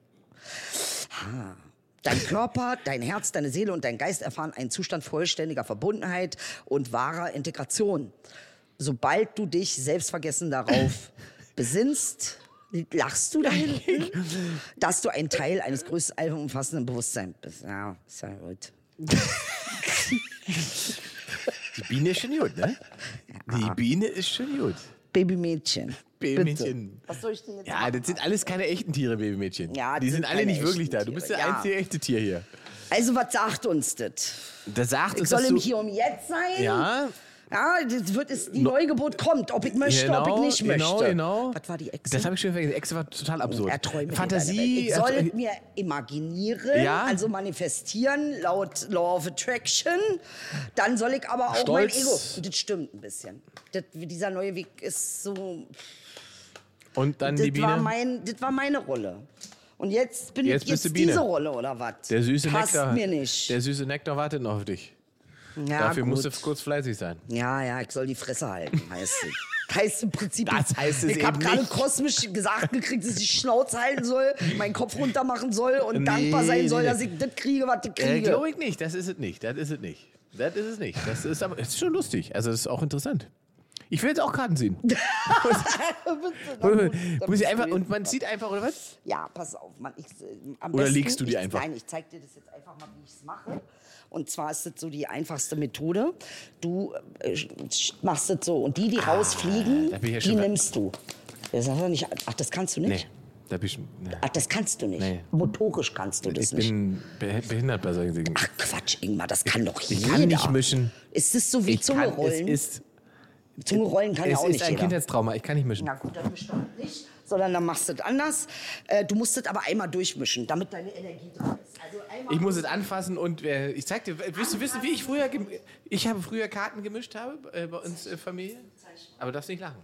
Speaker 1: Dein Körper, dein Herz, deine Seele und dein Geist erfahren einen Zustand vollständiger Verbundenheit und wahrer Integration. Sobald du dich selbstvergessen darauf besinnst, lachst du da hinten, dass du ein Teil eines größten, allumfassenden Bewusstseins bist. Ja, ist ja gut.
Speaker 2: Die Biene ist schon gut, ne? Die Biene ist schon gut.
Speaker 1: Babymädchen.
Speaker 2: Babymädchen.
Speaker 1: Ah. Bitte. Was soll ich denn jetzt
Speaker 2: Ja, das sind alles keine echten Tiere, Babymädchen.
Speaker 1: Ja, das
Speaker 2: die sind
Speaker 1: sind
Speaker 2: alle
Speaker 1: keine
Speaker 2: nicht wirklich
Speaker 1: echten
Speaker 2: da. Du bist
Speaker 1: Tiere,
Speaker 2: der
Speaker 1: ja.
Speaker 2: einzige echte Tier hier.
Speaker 1: Also, was sagt uns das?
Speaker 2: Das sagt
Speaker 1: Ich
Speaker 2: uns,
Speaker 1: soll
Speaker 2: dass
Speaker 1: im
Speaker 2: du-
Speaker 1: Hier und Jetzt sein?
Speaker 2: Ja,
Speaker 1: Ja, das wird es, die Neugeburt kommt, ob ich möchte, ob ich
Speaker 2: genau,
Speaker 1: nicht möchte.
Speaker 2: genau, genau.
Speaker 1: Was war die Exe?
Speaker 2: Das habe ich schon vergessen. Die Echse war total absurd.
Speaker 1: Erträume
Speaker 2: Fantasie.
Speaker 1: Ich soll
Speaker 2: ertr-
Speaker 1: es mir imaginieren,
Speaker 2: Ja.
Speaker 1: also manifestieren laut Law of Attraction. Dann soll ich aber auch
Speaker 2: Stolz.
Speaker 1: mein Ego. Und das stimmt ein bisschen. Das, dieser neue Weg ist so.
Speaker 2: Und dann
Speaker 1: Das
Speaker 2: die Biene.
Speaker 1: war, mein, das war meine Rolle. Und jetzt bin
Speaker 2: Jetzt
Speaker 1: ich
Speaker 2: bist
Speaker 1: jetzt
Speaker 2: du Biene.
Speaker 1: diese Rolle oder was?
Speaker 2: Der süße
Speaker 1: Passt
Speaker 2: Nektar.
Speaker 1: mir nicht.
Speaker 2: Der süße Nektar wartet noch auf dich.
Speaker 1: ja,
Speaker 2: Dafür
Speaker 1: gut.
Speaker 2: musst du kurz fleißig sein.
Speaker 1: Ja, ja, ich soll die Fresse halten, heißt es. Heißt im Prinzip.
Speaker 2: Das heißt es
Speaker 1: ich habe
Speaker 2: eben
Speaker 1: gerade
Speaker 2: nicht.
Speaker 1: kosmisch gesagt gekriegt, dass ich die Schnauze halten soll, meinen Kopf runter machen soll und
Speaker 2: Nee,
Speaker 1: dankbar sein soll,
Speaker 2: nee,
Speaker 1: dass ich das kriege, was ich
Speaker 2: Äh,
Speaker 1: kriege.
Speaker 2: Glaube ich nicht, das ist es nicht. Das ist es nicht. Das ist es nicht. Das ist aber ist schon lustig. Also das ist auch interessant. Ich will jetzt auch Karten ziehen. Muss ich einfach, und man sieht einfach, oder was?
Speaker 1: ja, pass auf, Mann. Ich, äh, am
Speaker 2: Oder
Speaker 1: besten,
Speaker 2: legst du die
Speaker 1: ich,
Speaker 2: einfach?
Speaker 1: Nein, ich zeig dir das jetzt einfach mal, wie ich es mache. Und zwar ist das so die einfachste Methode. Du äh, sch- machst das so und die, die rausfliegen,
Speaker 2: Ah, da bin ich ja
Speaker 1: die
Speaker 2: schon-
Speaker 1: nimmst du. Das hast du nicht. Ach, das kannst du nicht.
Speaker 2: Nee, da bin ich. Nee.
Speaker 1: Ach, das kannst du nicht.
Speaker 2: Nee.
Speaker 1: Motorisch kannst du das
Speaker 2: Ich
Speaker 1: nicht.
Speaker 2: bin beh- behindert bei solchen Dingen.
Speaker 1: Ach Quatsch, Ingmar, das kann doch jeder.
Speaker 2: Ich kann nicht mischen.
Speaker 1: Ist es so wie
Speaker 2: Ich
Speaker 1: Zunge
Speaker 2: kann, es
Speaker 1: rollen?
Speaker 2: ist,
Speaker 1: Zunge rollen kann ja
Speaker 2: es
Speaker 1: auch
Speaker 2: ist
Speaker 1: nicht
Speaker 2: ein
Speaker 1: jeder.
Speaker 2: Kindheitstrauma. Ich kann nicht mischen.
Speaker 1: Na gut, dann mischt man nicht, sondern dann machst du es anders. Äh, du musst es aber einmal durchmischen, damit deine Energie dran ist. Also einmal
Speaker 2: Ich muss es anfassen und äh, ich zeig dir, willst du wissen, wie ich früher, gem- ich habe früher Karten gemischt habe äh, bei uns äh, Familie? Aber darfst nicht lachen.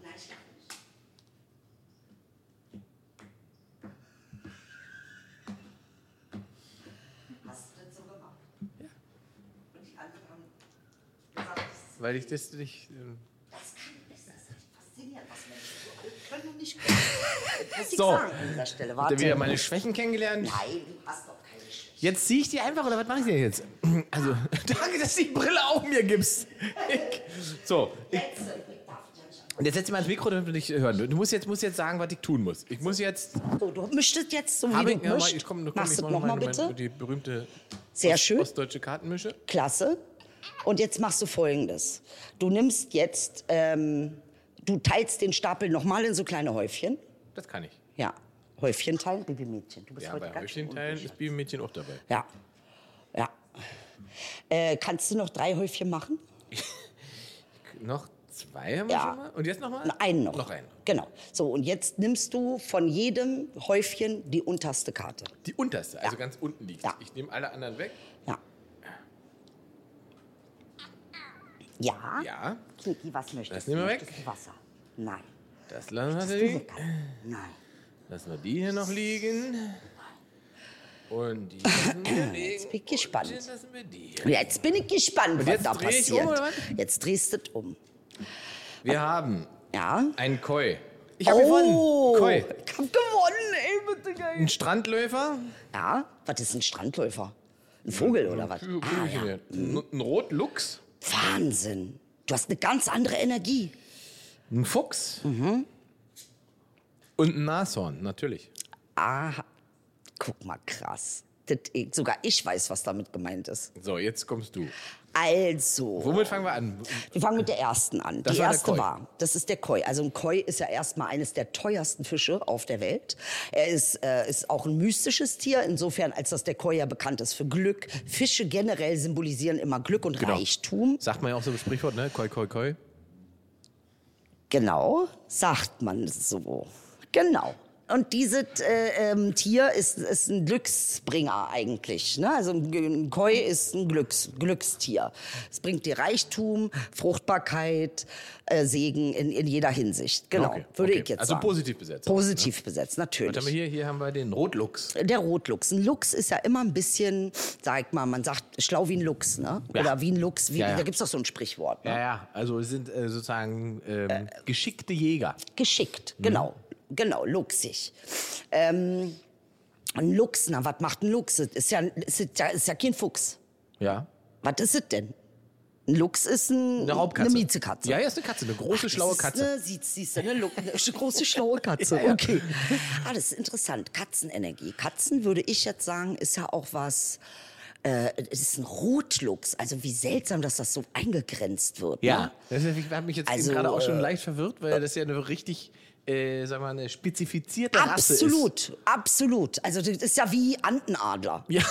Speaker 1: hast du das so gemacht. Und die anderen haben gesagt, das
Speaker 2: Weil ich das nicht. ähm,
Speaker 1: ist, das ist faszinierend, was Menschen so alles können und nicht können. Das muss ich
Speaker 2: So.
Speaker 1: sagen an dieser Stelle. Warte.
Speaker 2: Habt ihr äh, wieder meine Schwächen kennengelernt?
Speaker 1: Nein, du hast doch keine Schwäche.
Speaker 2: Jetzt ziehe ich die einfach oder was mache ich denn jetzt? Also, danke, dass du die Brille auch mir gibst. Ich, so, ich, und jetzt setz dich mal ins Mikro, damit wir dich hören. Du musst jetzt, musst jetzt sagen, was ich tun muss. Ich muss jetzt.
Speaker 1: So, du mischtest jetzt so, wie
Speaker 2: Hab
Speaker 1: du
Speaker 2: ich, ja,
Speaker 1: mischt.
Speaker 2: ich komm, komm,
Speaker 1: Machst
Speaker 2: ich
Speaker 1: du
Speaker 2: mach
Speaker 1: noch mal
Speaker 2: meine-
Speaker 1: bitte?
Speaker 2: meine- Die berühmte
Speaker 1: Sehr
Speaker 2: Ost-
Speaker 1: schön.
Speaker 2: ostdeutsche Kartenmische.
Speaker 1: Klasse. Und jetzt machst du folgendes. Du nimmst jetzt, ähm, du teilst den Stapel nochmal in so kleine Häufchen.
Speaker 2: Das kann ich.
Speaker 1: Ja, Häufchen teilen, Babymädchen. Du bist
Speaker 2: Ja,
Speaker 1: heute
Speaker 2: bei
Speaker 1: ganz
Speaker 2: Häufchenteilen
Speaker 1: schön
Speaker 2: ist Bienenmädchen auch dabei.
Speaker 1: unruhig. Ja, ja. Äh, kannst du noch drei Häufchen machen?
Speaker 2: Noch zwei haben wir
Speaker 1: Ja.
Speaker 2: schon mal. Und jetzt nochmal?
Speaker 1: Einen noch.
Speaker 2: Noch einen.
Speaker 1: Genau. So, und jetzt nimmst du von jedem Häufchen die unterste Karte.
Speaker 2: Die unterste, also ganz unten liegt.
Speaker 1: Ja.
Speaker 2: Ich nehme alle anderen weg.
Speaker 1: Ja. Ja.
Speaker 2: Ja,
Speaker 1: Kiki, was möchtest
Speaker 2: nehmen wir
Speaker 1: du?
Speaker 2: weg. Hm.
Speaker 1: Möchtest du Wasser? Nein.
Speaker 2: das lassen wir
Speaker 1: Möchtest du
Speaker 2: liegen.
Speaker 1: Zucker? Nein.
Speaker 2: Lassen wir die hier noch liegen. Und die lassen wir liegen.
Speaker 1: Jetzt bin ich gespannt.
Speaker 2: Und lassen wir die. hier.
Speaker 1: Jetzt bin ich gespannt, was
Speaker 2: jetzt
Speaker 1: da
Speaker 2: dreh ich
Speaker 1: passiert.
Speaker 2: um, oder was?
Speaker 1: Jetzt drehst du es um.
Speaker 2: Wir haben
Speaker 1: Ja.
Speaker 2: einen Koi. Ich habe
Speaker 1: Oh.
Speaker 2: gewonnen. Koi.
Speaker 1: ich hab gewonnen, ey, bitte geil.
Speaker 2: Ein Strandläufer.
Speaker 1: Ja, was ist ein Strandläufer? Ein Vogel oder was?
Speaker 2: Kü-
Speaker 1: Ah, ja.
Speaker 2: Kügelchen hier. Ein Rotluchs.
Speaker 1: Wahnsinn. Du hast eine ganz andere Energie.
Speaker 2: Ein Fuchs.
Speaker 1: Mhm.
Speaker 2: Und ein Nashorn, natürlich.
Speaker 1: Aha. Guck mal, krass. Das, ich, sogar ich weiß, was damit gemeint ist.
Speaker 2: So, jetzt kommst du.
Speaker 1: Also.
Speaker 2: Womit fangen wir an?
Speaker 1: Wir fangen mit der ersten an.
Speaker 2: Das
Speaker 1: die
Speaker 2: war der
Speaker 1: erste
Speaker 2: Koi.
Speaker 1: war, das ist der Koi. Also ein Koi ist ja erstmal eines der teuersten Fische auf der Welt. Er ist, äh, ist auch ein mystisches Tier, insofern als dass der Koi ja bekannt ist für Glück. Fische generell symbolisieren immer Glück und
Speaker 2: Genau.
Speaker 1: Reichtum.
Speaker 2: Sagt man ja auch so im Sprichwort, ne? Koi, koi, koi.
Speaker 1: Genau, sagt man so. Genau. Und dieses äh, ähm, Tier ist, ist ein Glücksbringer eigentlich. Ne? Also ein, G- ein Koi ist ein Glücks, Glückstier. Es bringt dir Reichtum, Fruchtbarkeit, äh, Segen in, in jeder Hinsicht. Genau,
Speaker 2: Okay,
Speaker 1: würde
Speaker 2: okay.
Speaker 1: ich jetzt
Speaker 2: Also
Speaker 1: sagen.
Speaker 2: positiv besetzt auch,
Speaker 1: Positiv besetzt,
Speaker 2: Was haben wir
Speaker 1: natürlich.
Speaker 2: hier? Hier haben wir den Rotluchs.
Speaker 1: Der Rotluchs. Ein Luchs ist ja immer ein bisschen, sag ich mal, man sagt schlau wie ein Luchs, ne?
Speaker 2: Ja.
Speaker 1: Oder wie ein Luchs, wie,
Speaker 2: Ja, ja.
Speaker 1: da gibt's doch so ein Sprichwort. Ne?
Speaker 2: Ja, ja, also es sind äh, sozusagen ähm,
Speaker 1: Äh.
Speaker 2: geschickte Jäger.
Speaker 1: Geschickt,
Speaker 2: Mhm.
Speaker 1: genau. Genau, luxig. Ähm, ein Luchs, na, was macht ein Luchs? Das Ist ja, ist, ja- ist ja kein Fuchs.
Speaker 2: Ja.
Speaker 1: Was ist es denn? Ein Luchs ist ein,
Speaker 2: Eine Raubkatze.
Speaker 1: eine Miezekatze.
Speaker 2: Ja, ja, ist eine Katze, eine große, schlaue
Speaker 1: Das ist
Speaker 2: Katze.
Speaker 1: Eine, siehst, siehst du, eine, Lu- eine große, schlaue Katze.
Speaker 2: Ja, ja.
Speaker 1: Okay. Ah, das ist interessant. Katzenenergie. Katzen, würde ich jetzt sagen, ist ja auch was. Äh, es ist ein Rotluchs. Also, wie seltsam, dass das so eingegrenzt wird. Ne?
Speaker 2: Ja, das ist- ich habe mich jetzt
Speaker 1: Also,
Speaker 2: eben gerade auch schon
Speaker 1: äh,
Speaker 2: leicht verwirrt, weil das ja eine richtig, äh, sagen wir mal, eine spezifizierte Rasse ist.
Speaker 1: Absolut, absolut. Also das ist ja wie Antenadler.
Speaker 2: Ja.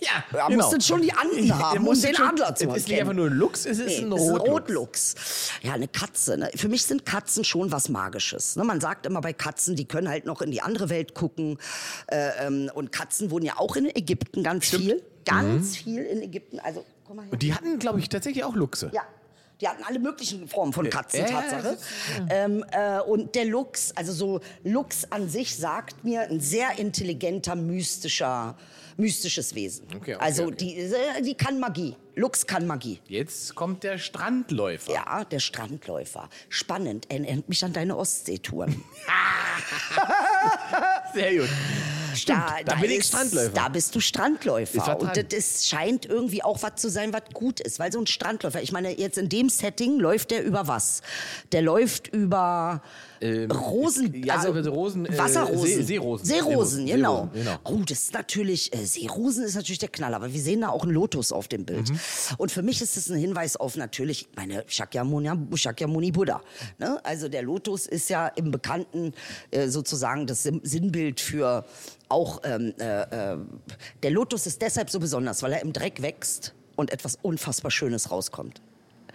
Speaker 2: ja,
Speaker 1: Da
Speaker 2: genau.
Speaker 1: musst du schon die Anden
Speaker 2: Der
Speaker 1: haben, um
Speaker 2: muss
Speaker 1: den
Speaker 2: schon-
Speaker 1: Adler zu
Speaker 2: Es ist nicht
Speaker 1: erkennen.
Speaker 2: einfach nur ein Luchs, es ist
Speaker 1: Nee,
Speaker 2: ein
Speaker 1: das ist ein
Speaker 2: Rotluchs.
Speaker 1: Rotluchs. Ja, eine Katze. Ne? Für mich sind Katzen schon was Magisches. Ne? Man sagt immer bei Katzen, die können halt noch in die andere Welt gucken. Äh, ähm, und Katzen wurden ja auch in Ägypten
Speaker 2: Mhm.
Speaker 1: ganz viel. Ganz viel in Ägypten. Also, komm mal her.
Speaker 2: Und die hatten, glaube ich, tatsächlich auch Luchse.
Speaker 1: Ja. Die hatten alle möglichen Formen von Katzen,
Speaker 2: Ja, ja,
Speaker 1: Tatsache. Ähm, äh, und der Lux, also so Lux an sich sagt mir ein sehr intelligenter, mystischer, mystisches Wesen.
Speaker 2: Okay, okay,
Speaker 1: also
Speaker 2: okay.
Speaker 1: Die, äh, die kann Magie. Lux kann Magie.
Speaker 2: Jetzt kommt der Strandläufer.
Speaker 1: Ja, der Strandläufer. Spannend, erinnert mich an deine Ostseetouren.
Speaker 2: Sehr gut. Stimmt, da bin ich
Speaker 1: ist-
Speaker 2: Strandläufer.
Speaker 1: Da bist du
Speaker 2: Ist was
Speaker 1: Strandläufer. Und
Speaker 2: dran.
Speaker 1: das ist, scheint irgendwie auch was zu sein, was gut ist. Weil so ein Strandläufer, ich meine, jetzt in dem Setting läuft der über was? Der läuft über Rosen,
Speaker 2: ja,
Speaker 1: also
Speaker 2: über die Rosen, äh,
Speaker 1: Wasserrosen.
Speaker 2: See- Seerosen.
Speaker 1: Seerosen,
Speaker 2: Seerosen,
Speaker 1: genau.
Speaker 2: Seerosen,
Speaker 1: Oh, das ist natürlich, äh, Seerosen ist natürlich der Knaller, aber wir sehen da auch einen Lotus auf dem Bild. Und für mich ist das ein Hinweis auf natürlich, meine Shakyamuni, Shakyamuni Buddha. Ne? Also der Lotus ist ja im Bekannten äh, sozusagen das Sim- Sinnbild für auch, ähm, äh, äh, der Lotus ist deshalb so besonders, weil er im Dreck wächst und etwas unfassbar Schönes rauskommt.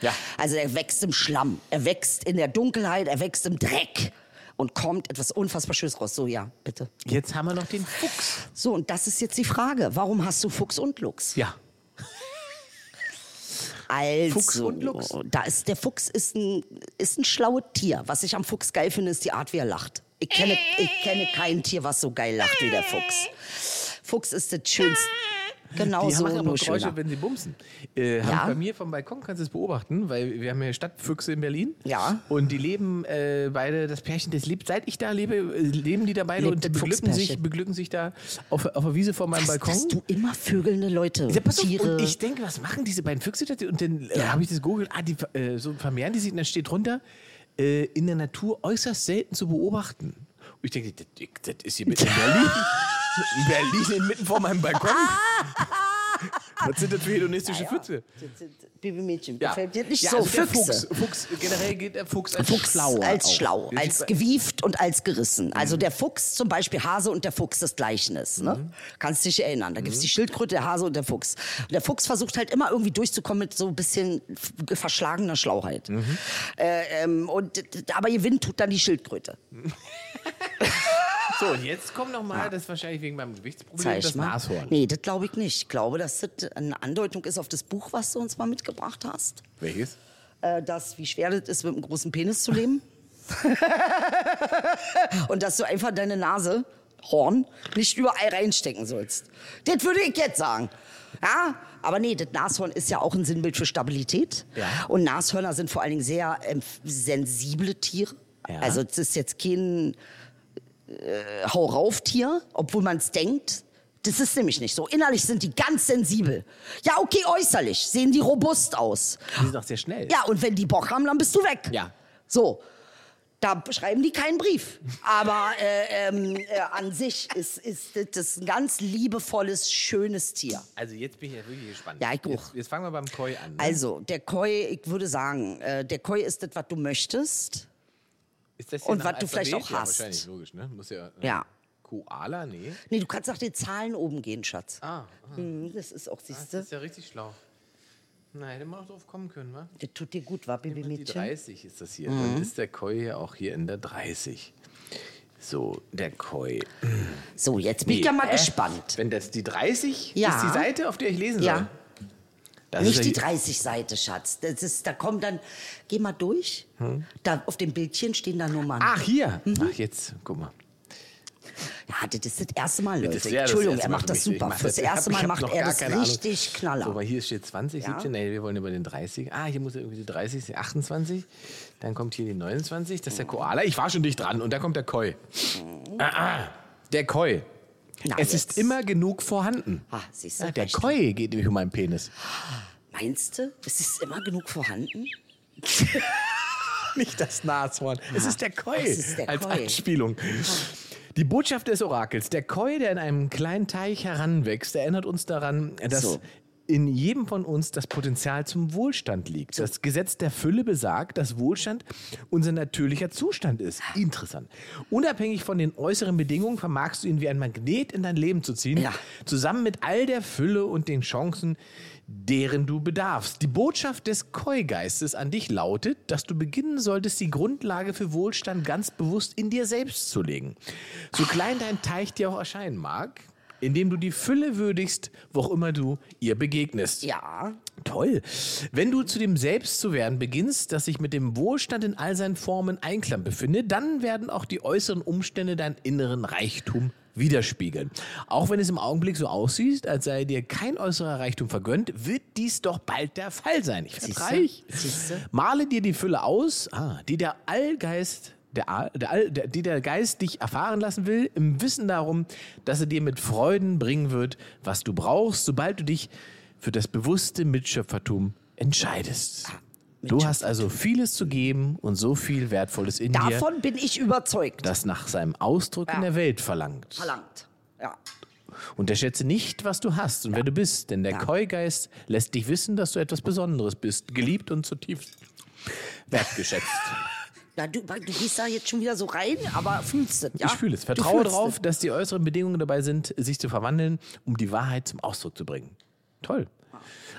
Speaker 2: Ja.
Speaker 1: Also er wächst im Schlamm, er wächst in der Dunkelheit, er wächst im Dreck und kommt etwas unfassbar Schönes raus. So, ja, bitte.
Speaker 2: Jetzt haben wir noch den Fuchs.
Speaker 1: So, und das ist jetzt die Frage. Warum hast du Fuchs und Luchs?
Speaker 2: Ja.
Speaker 1: Also,
Speaker 2: Fuchs und Luchs.
Speaker 1: Da ist, der Fuchs ist ein, ist ein schlaues Tier. Was ich am Fuchs geil finde, ist die Art, wie er lacht. Ich kenne, ich kenne kein Tier, was so geil lacht wie der Fuchs. Fuchs ist das Schönste. Genau
Speaker 2: Die
Speaker 1: so,
Speaker 2: machen aber
Speaker 1: nur
Speaker 2: Geräusche,
Speaker 1: schöner.
Speaker 2: wenn sie bumsen. Äh, haben
Speaker 1: Ja.
Speaker 2: Bei mir vom Balkon kannst du es beobachten, weil wir haben ja Stadtfüchse in Berlin.
Speaker 1: Ja.
Speaker 2: Und die leben äh, beide, das Pärchen, das lebt, seit ich da lebe, äh, leben die da beide
Speaker 1: Lebt das
Speaker 2: und beglücken sich,
Speaker 1: Fuchspärchen.
Speaker 2: beglücken sich da auf, auf der Wiese vor meinem
Speaker 1: Was,
Speaker 2: Balkon.
Speaker 1: dass du immer vögelnde Leute,
Speaker 2: Ja, pass auf,
Speaker 1: Tiere...
Speaker 2: Und ich denke, was machen diese beiden Füchse da? Und dann äh,
Speaker 1: Ja.
Speaker 2: habe ich das googelt, ah, die äh, so vermehren die sich und dann steht drunter, äh, in der Natur äußerst selten zu beobachten. Und ich denke, das, das ist hier mitten in Berlin. in Berlin, inmitten vor meinem Balkon. was sind das für hedonistische Füchse?
Speaker 1: Babymädchen,
Speaker 2: Ja.
Speaker 1: gefällt dir nicht
Speaker 2: ja,
Speaker 1: so.
Speaker 2: also der
Speaker 1: Füchse.
Speaker 2: Fuchs, Fuchs, generell geht der Fuchs als
Speaker 1: Fuchs
Speaker 2: schlauer.
Speaker 1: als
Speaker 2: auf.
Speaker 1: schlau,
Speaker 2: Der
Speaker 1: als
Speaker 2: sieht-
Speaker 1: gewieft und als
Speaker 2: Mhm.
Speaker 1: gerissen. Also der Fuchs zum Beispiel, Hase und der Fuchs das Gleichnis. Ne?
Speaker 2: Mhm.
Speaker 1: Kannst dich erinnern. Da gibt's die Schildkröte, der Hase und der Fuchs. Und der Fuchs versucht halt immer irgendwie durchzukommen mit so ein bisschen f- verschlagener Schlauheit.
Speaker 2: Mhm.
Speaker 1: Äh, ähm, und, d- d- aber gewinnt tut dann die Schildkröte.
Speaker 2: So, und jetzt kommt nochmal, das ist wahrscheinlich wegen meinem Gewichtsproblem,
Speaker 1: Zeig
Speaker 2: das
Speaker 1: mal.
Speaker 2: Nashorn.
Speaker 1: Nee, das glaube ich nicht. Ich glaube, dass das eine Andeutung ist auf das Buch, was du uns mal mitgebracht hast.
Speaker 2: Welches?
Speaker 1: äh, dass, wie schwer das ist, mit einem großen Penis zu leben. und dass du einfach deine Nase, Horn, nicht überall reinstecken sollst. Das würde ich jetzt sagen. Ja, aber nee, das Nashorn ist ja auch ein Sinnbild für Stabilität.
Speaker 2: Ja.
Speaker 1: Und Nashörner sind vor allen Dingen sehr ähm, sensible Tiere.
Speaker 2: Ja.
Speaker 1: Also es ist jetzt kein äh, Hau-Rauf-Tier, obwohl man es denkt. Das ist nämlich nicht so. Innerlich sind die ganz sensibel. Ja, okay, äußerlich sehen die robust aus.
Speaker 2: Die sind doch sehr schnell.
Speaker 1: Ja, und wenn die Bock haben, dann bist du weg.
Speaker 2: Ja.
Speaker 1: So. Da schreiben die keinen Brief. Aber äh, ähm, äh, an sich ist, ist das- das ein ganz liebevolles, schönes Tier.
Speaker 2: Also jetzt bin ich ja wirklich gespannt.
Speaker 1: Ja, ich auch.
Speaker 2: Jetzt, jetzt fangen wir beim Koi an. Ne?
Speaker 1: Also, der Koi, ich würde sagen, äh, der Koi ist das, was du möchtest.
Speaker 2: Ist das
Speaker 1: Und
Speaker 2: nach
Speaker 1: was du
Speaker 2: Alphabet?
Speaker 1: vielleicht auch
Speaker 2: ja,
Speaker 1: hast.
Speaker 2: Wahrscheinlich logisch, ne? Muss ja. äh,
Speaker 1: Ja.
Speaker 2: Koala, nee.
Speaker 1: Nee, du kannst nach den Zahlen oben gehen, Schatz.
Speaker 2: Ah,
Speaker 1: Hm, das ist auch, siehst
Speaker 2: das
Speaker 1: du,
Speaker 2: ist ja richtig schlau. Na, hätte man auch drauf kommen können, wa?
Speaker 1: das tut dir gut, wa,
Speaker 2: Die
Speaker 1: Babymädchen?
Speaker 2: 30 ist das hier.
Speaker 1: Mhm.
Speaker 2: Dann ist der Koi ja auch hier in der 30. So, der Koi.
Speaker 1: So, jetzt bin ich
Speaker 2: Nee,
Speaker 1: ja mal
Speaker 2: äh,
Speaker 1: gespannt.
Speaker 2: Wenn das die 30
Speaker 1: Ja.
Speaker 2: ist die Seite, auf der ich lesen
Speaker 1: Ja.
Speaker 2: soll. Das
Speaker 1: Nicht
Speaker 2: ist
Speaker 1: die
Speaker 2: ja
Speaker 1: 30 Seite, Schatz. Das ist, da kommen dann, geh mal durch. Da auf dem Bildchen stehen da Nummern.
Speaker 2: Hm? Ach, hier.
Speaker 1: Mhm.
Speaker 2: Ach, jetzt, guck mal.
Speaker 1: Ja, das ist das erste Mal, Leute.
Speaker 2: Das ist ja das
Speaker 1: Entschuldigung,
Speaker 2: erste
Speaker 1: er
Speaker 2: Mal
Speaker 1: macht
Speaker 2: für
Speaker 1: das
Speaker 2: mich. Ich
Speaker 1: super.
Speaker 2: mach
Speaker 1: Fürs
Speaker 2: das- ich
Speaker 1: erste Mal
Speaker 2: hab- ich hab
Speaker 1: macht
Speaker 2: noch
Speaker 1: er
Speaker 2: gar
Speaker 1: das
Speaker 2: keine Ahnung.
Speaker 1: richtig knaller.
Speaker 2: So, weil hier steht 20,
Speaker 1: Ja.
Speaker 2: 17, nee, wir wollen über den 30. Ah, hier muss irgendwie die 30, die 28. Dann kommt hier die 29, das ist der Koala. Ich war schon dicht dran und dann kommt der Koi. Ah, ah, der Koi.
Speaker 1: Na,
Speaker 2: es
Speaker 1: jetzt.
Speaker 2: ist immer genug vorhanden.
Speaker 1: Ah, siehst du,
Speaker 2: Ja, der
Speaker 1: reicht.
Speaker 2: Koi geht nämlich um meinen Penis.
Speaker 1: Meinst du, es ist immer genug vorhanden?
Speaker 2: Nicht das Nashorn. Es ist der Koi.
Speaker 1: Es ist der
Speaker 2: als
Speaker 1: Koi.
Speaker 2: Anspielung. Die Botschaft des Orakels. Der Koi, der in einem kleinen Teich heranwächst, erinnert uns daran, dass
Speaker 1: So.
Speaker 2: in jedem von uns das Potenzial zum Wohlstand liegt. Das Gesetz der Fülle besagt, dass Wohlstand unser natürlicher Zustand ist. Interessant. Unabhängig von den äußeren Bedingungen vermagst du ihn wie ein Magnet in dein Leben zu ziehen,
Speaker 1: Ja.
Speaker 2: zusammen mit all der Fülle und den Chancen, deren du bedarfst. Die Botschaft des Koi-Geistes an dich lautet, dass du beginnen solltest, die Grundlage für Wohlstand ganz bewusst in dir selbst zu legen. So klein dein Teich dir auch erscheinen mag, indem du die Fülle würdigst, wo auch immer du ihr begegnest.
Speaker 1: Ja.
Speaker 2: Toll. Wenn du zu dem Selbst zu werden beginnst, das sich mit dem Wohlstand in all seinen Formen in Einklang befindet, dann werden auch die äußeren Umstände deinen inneren Reichtum widerspiegeln. Auch wenn es im Augenblick so aussieht, als sei dir kein äußerer Reichtum vergönnt, wird dies doch bald der Fall sein. Ich werde
Speaker 1: Siehste?
Speaker 2: reich.
Speaker 1: Siehste?
Speaker 2: Male dir die Fülle aus, ah, die der Allgeist, der, All- der, All- der, die der Geist dich erfahren lassen will, im Wissen darum, dass er dir mit Freuden bringen wird, was du brauchst, sobald du dich für das bewusste Mitschöpfertum entscheidest.
Speaker 1: Ah,
Speaker 2: Du hast also vieles zu geben und so viel Wertvolles in dir,
Speaker 1: Davon bin ich überzeugt.
Speaker 2: das nach seinem Ausdruck in
Speaker 1: Ja.
Speaker 2: der Welt verlangt.
Speaker 1: Verlangt. Ja.
Speaker 2: Unterschätze nicht, was du hast und wer du bist, denn der Keugeist lässt dich wissen, dass du etwas Besonderes bist, geliebt und zutiefst wertgeschätzt.
Speaker 1: Na, du, du gehst da jetzt schon wieder so rein, aber fühlst es, ja?
Speaker 2: Ich fühle es.
Speaker 1: Du
Speaker 2: Vertraue
Speaker 1: fühlst
Speaker 2: darauf, dass die äußeren Bedingungen dabei sind, sich zu verwandeln, um die Wahrheit zum Ausdruck zu bringen. Toll.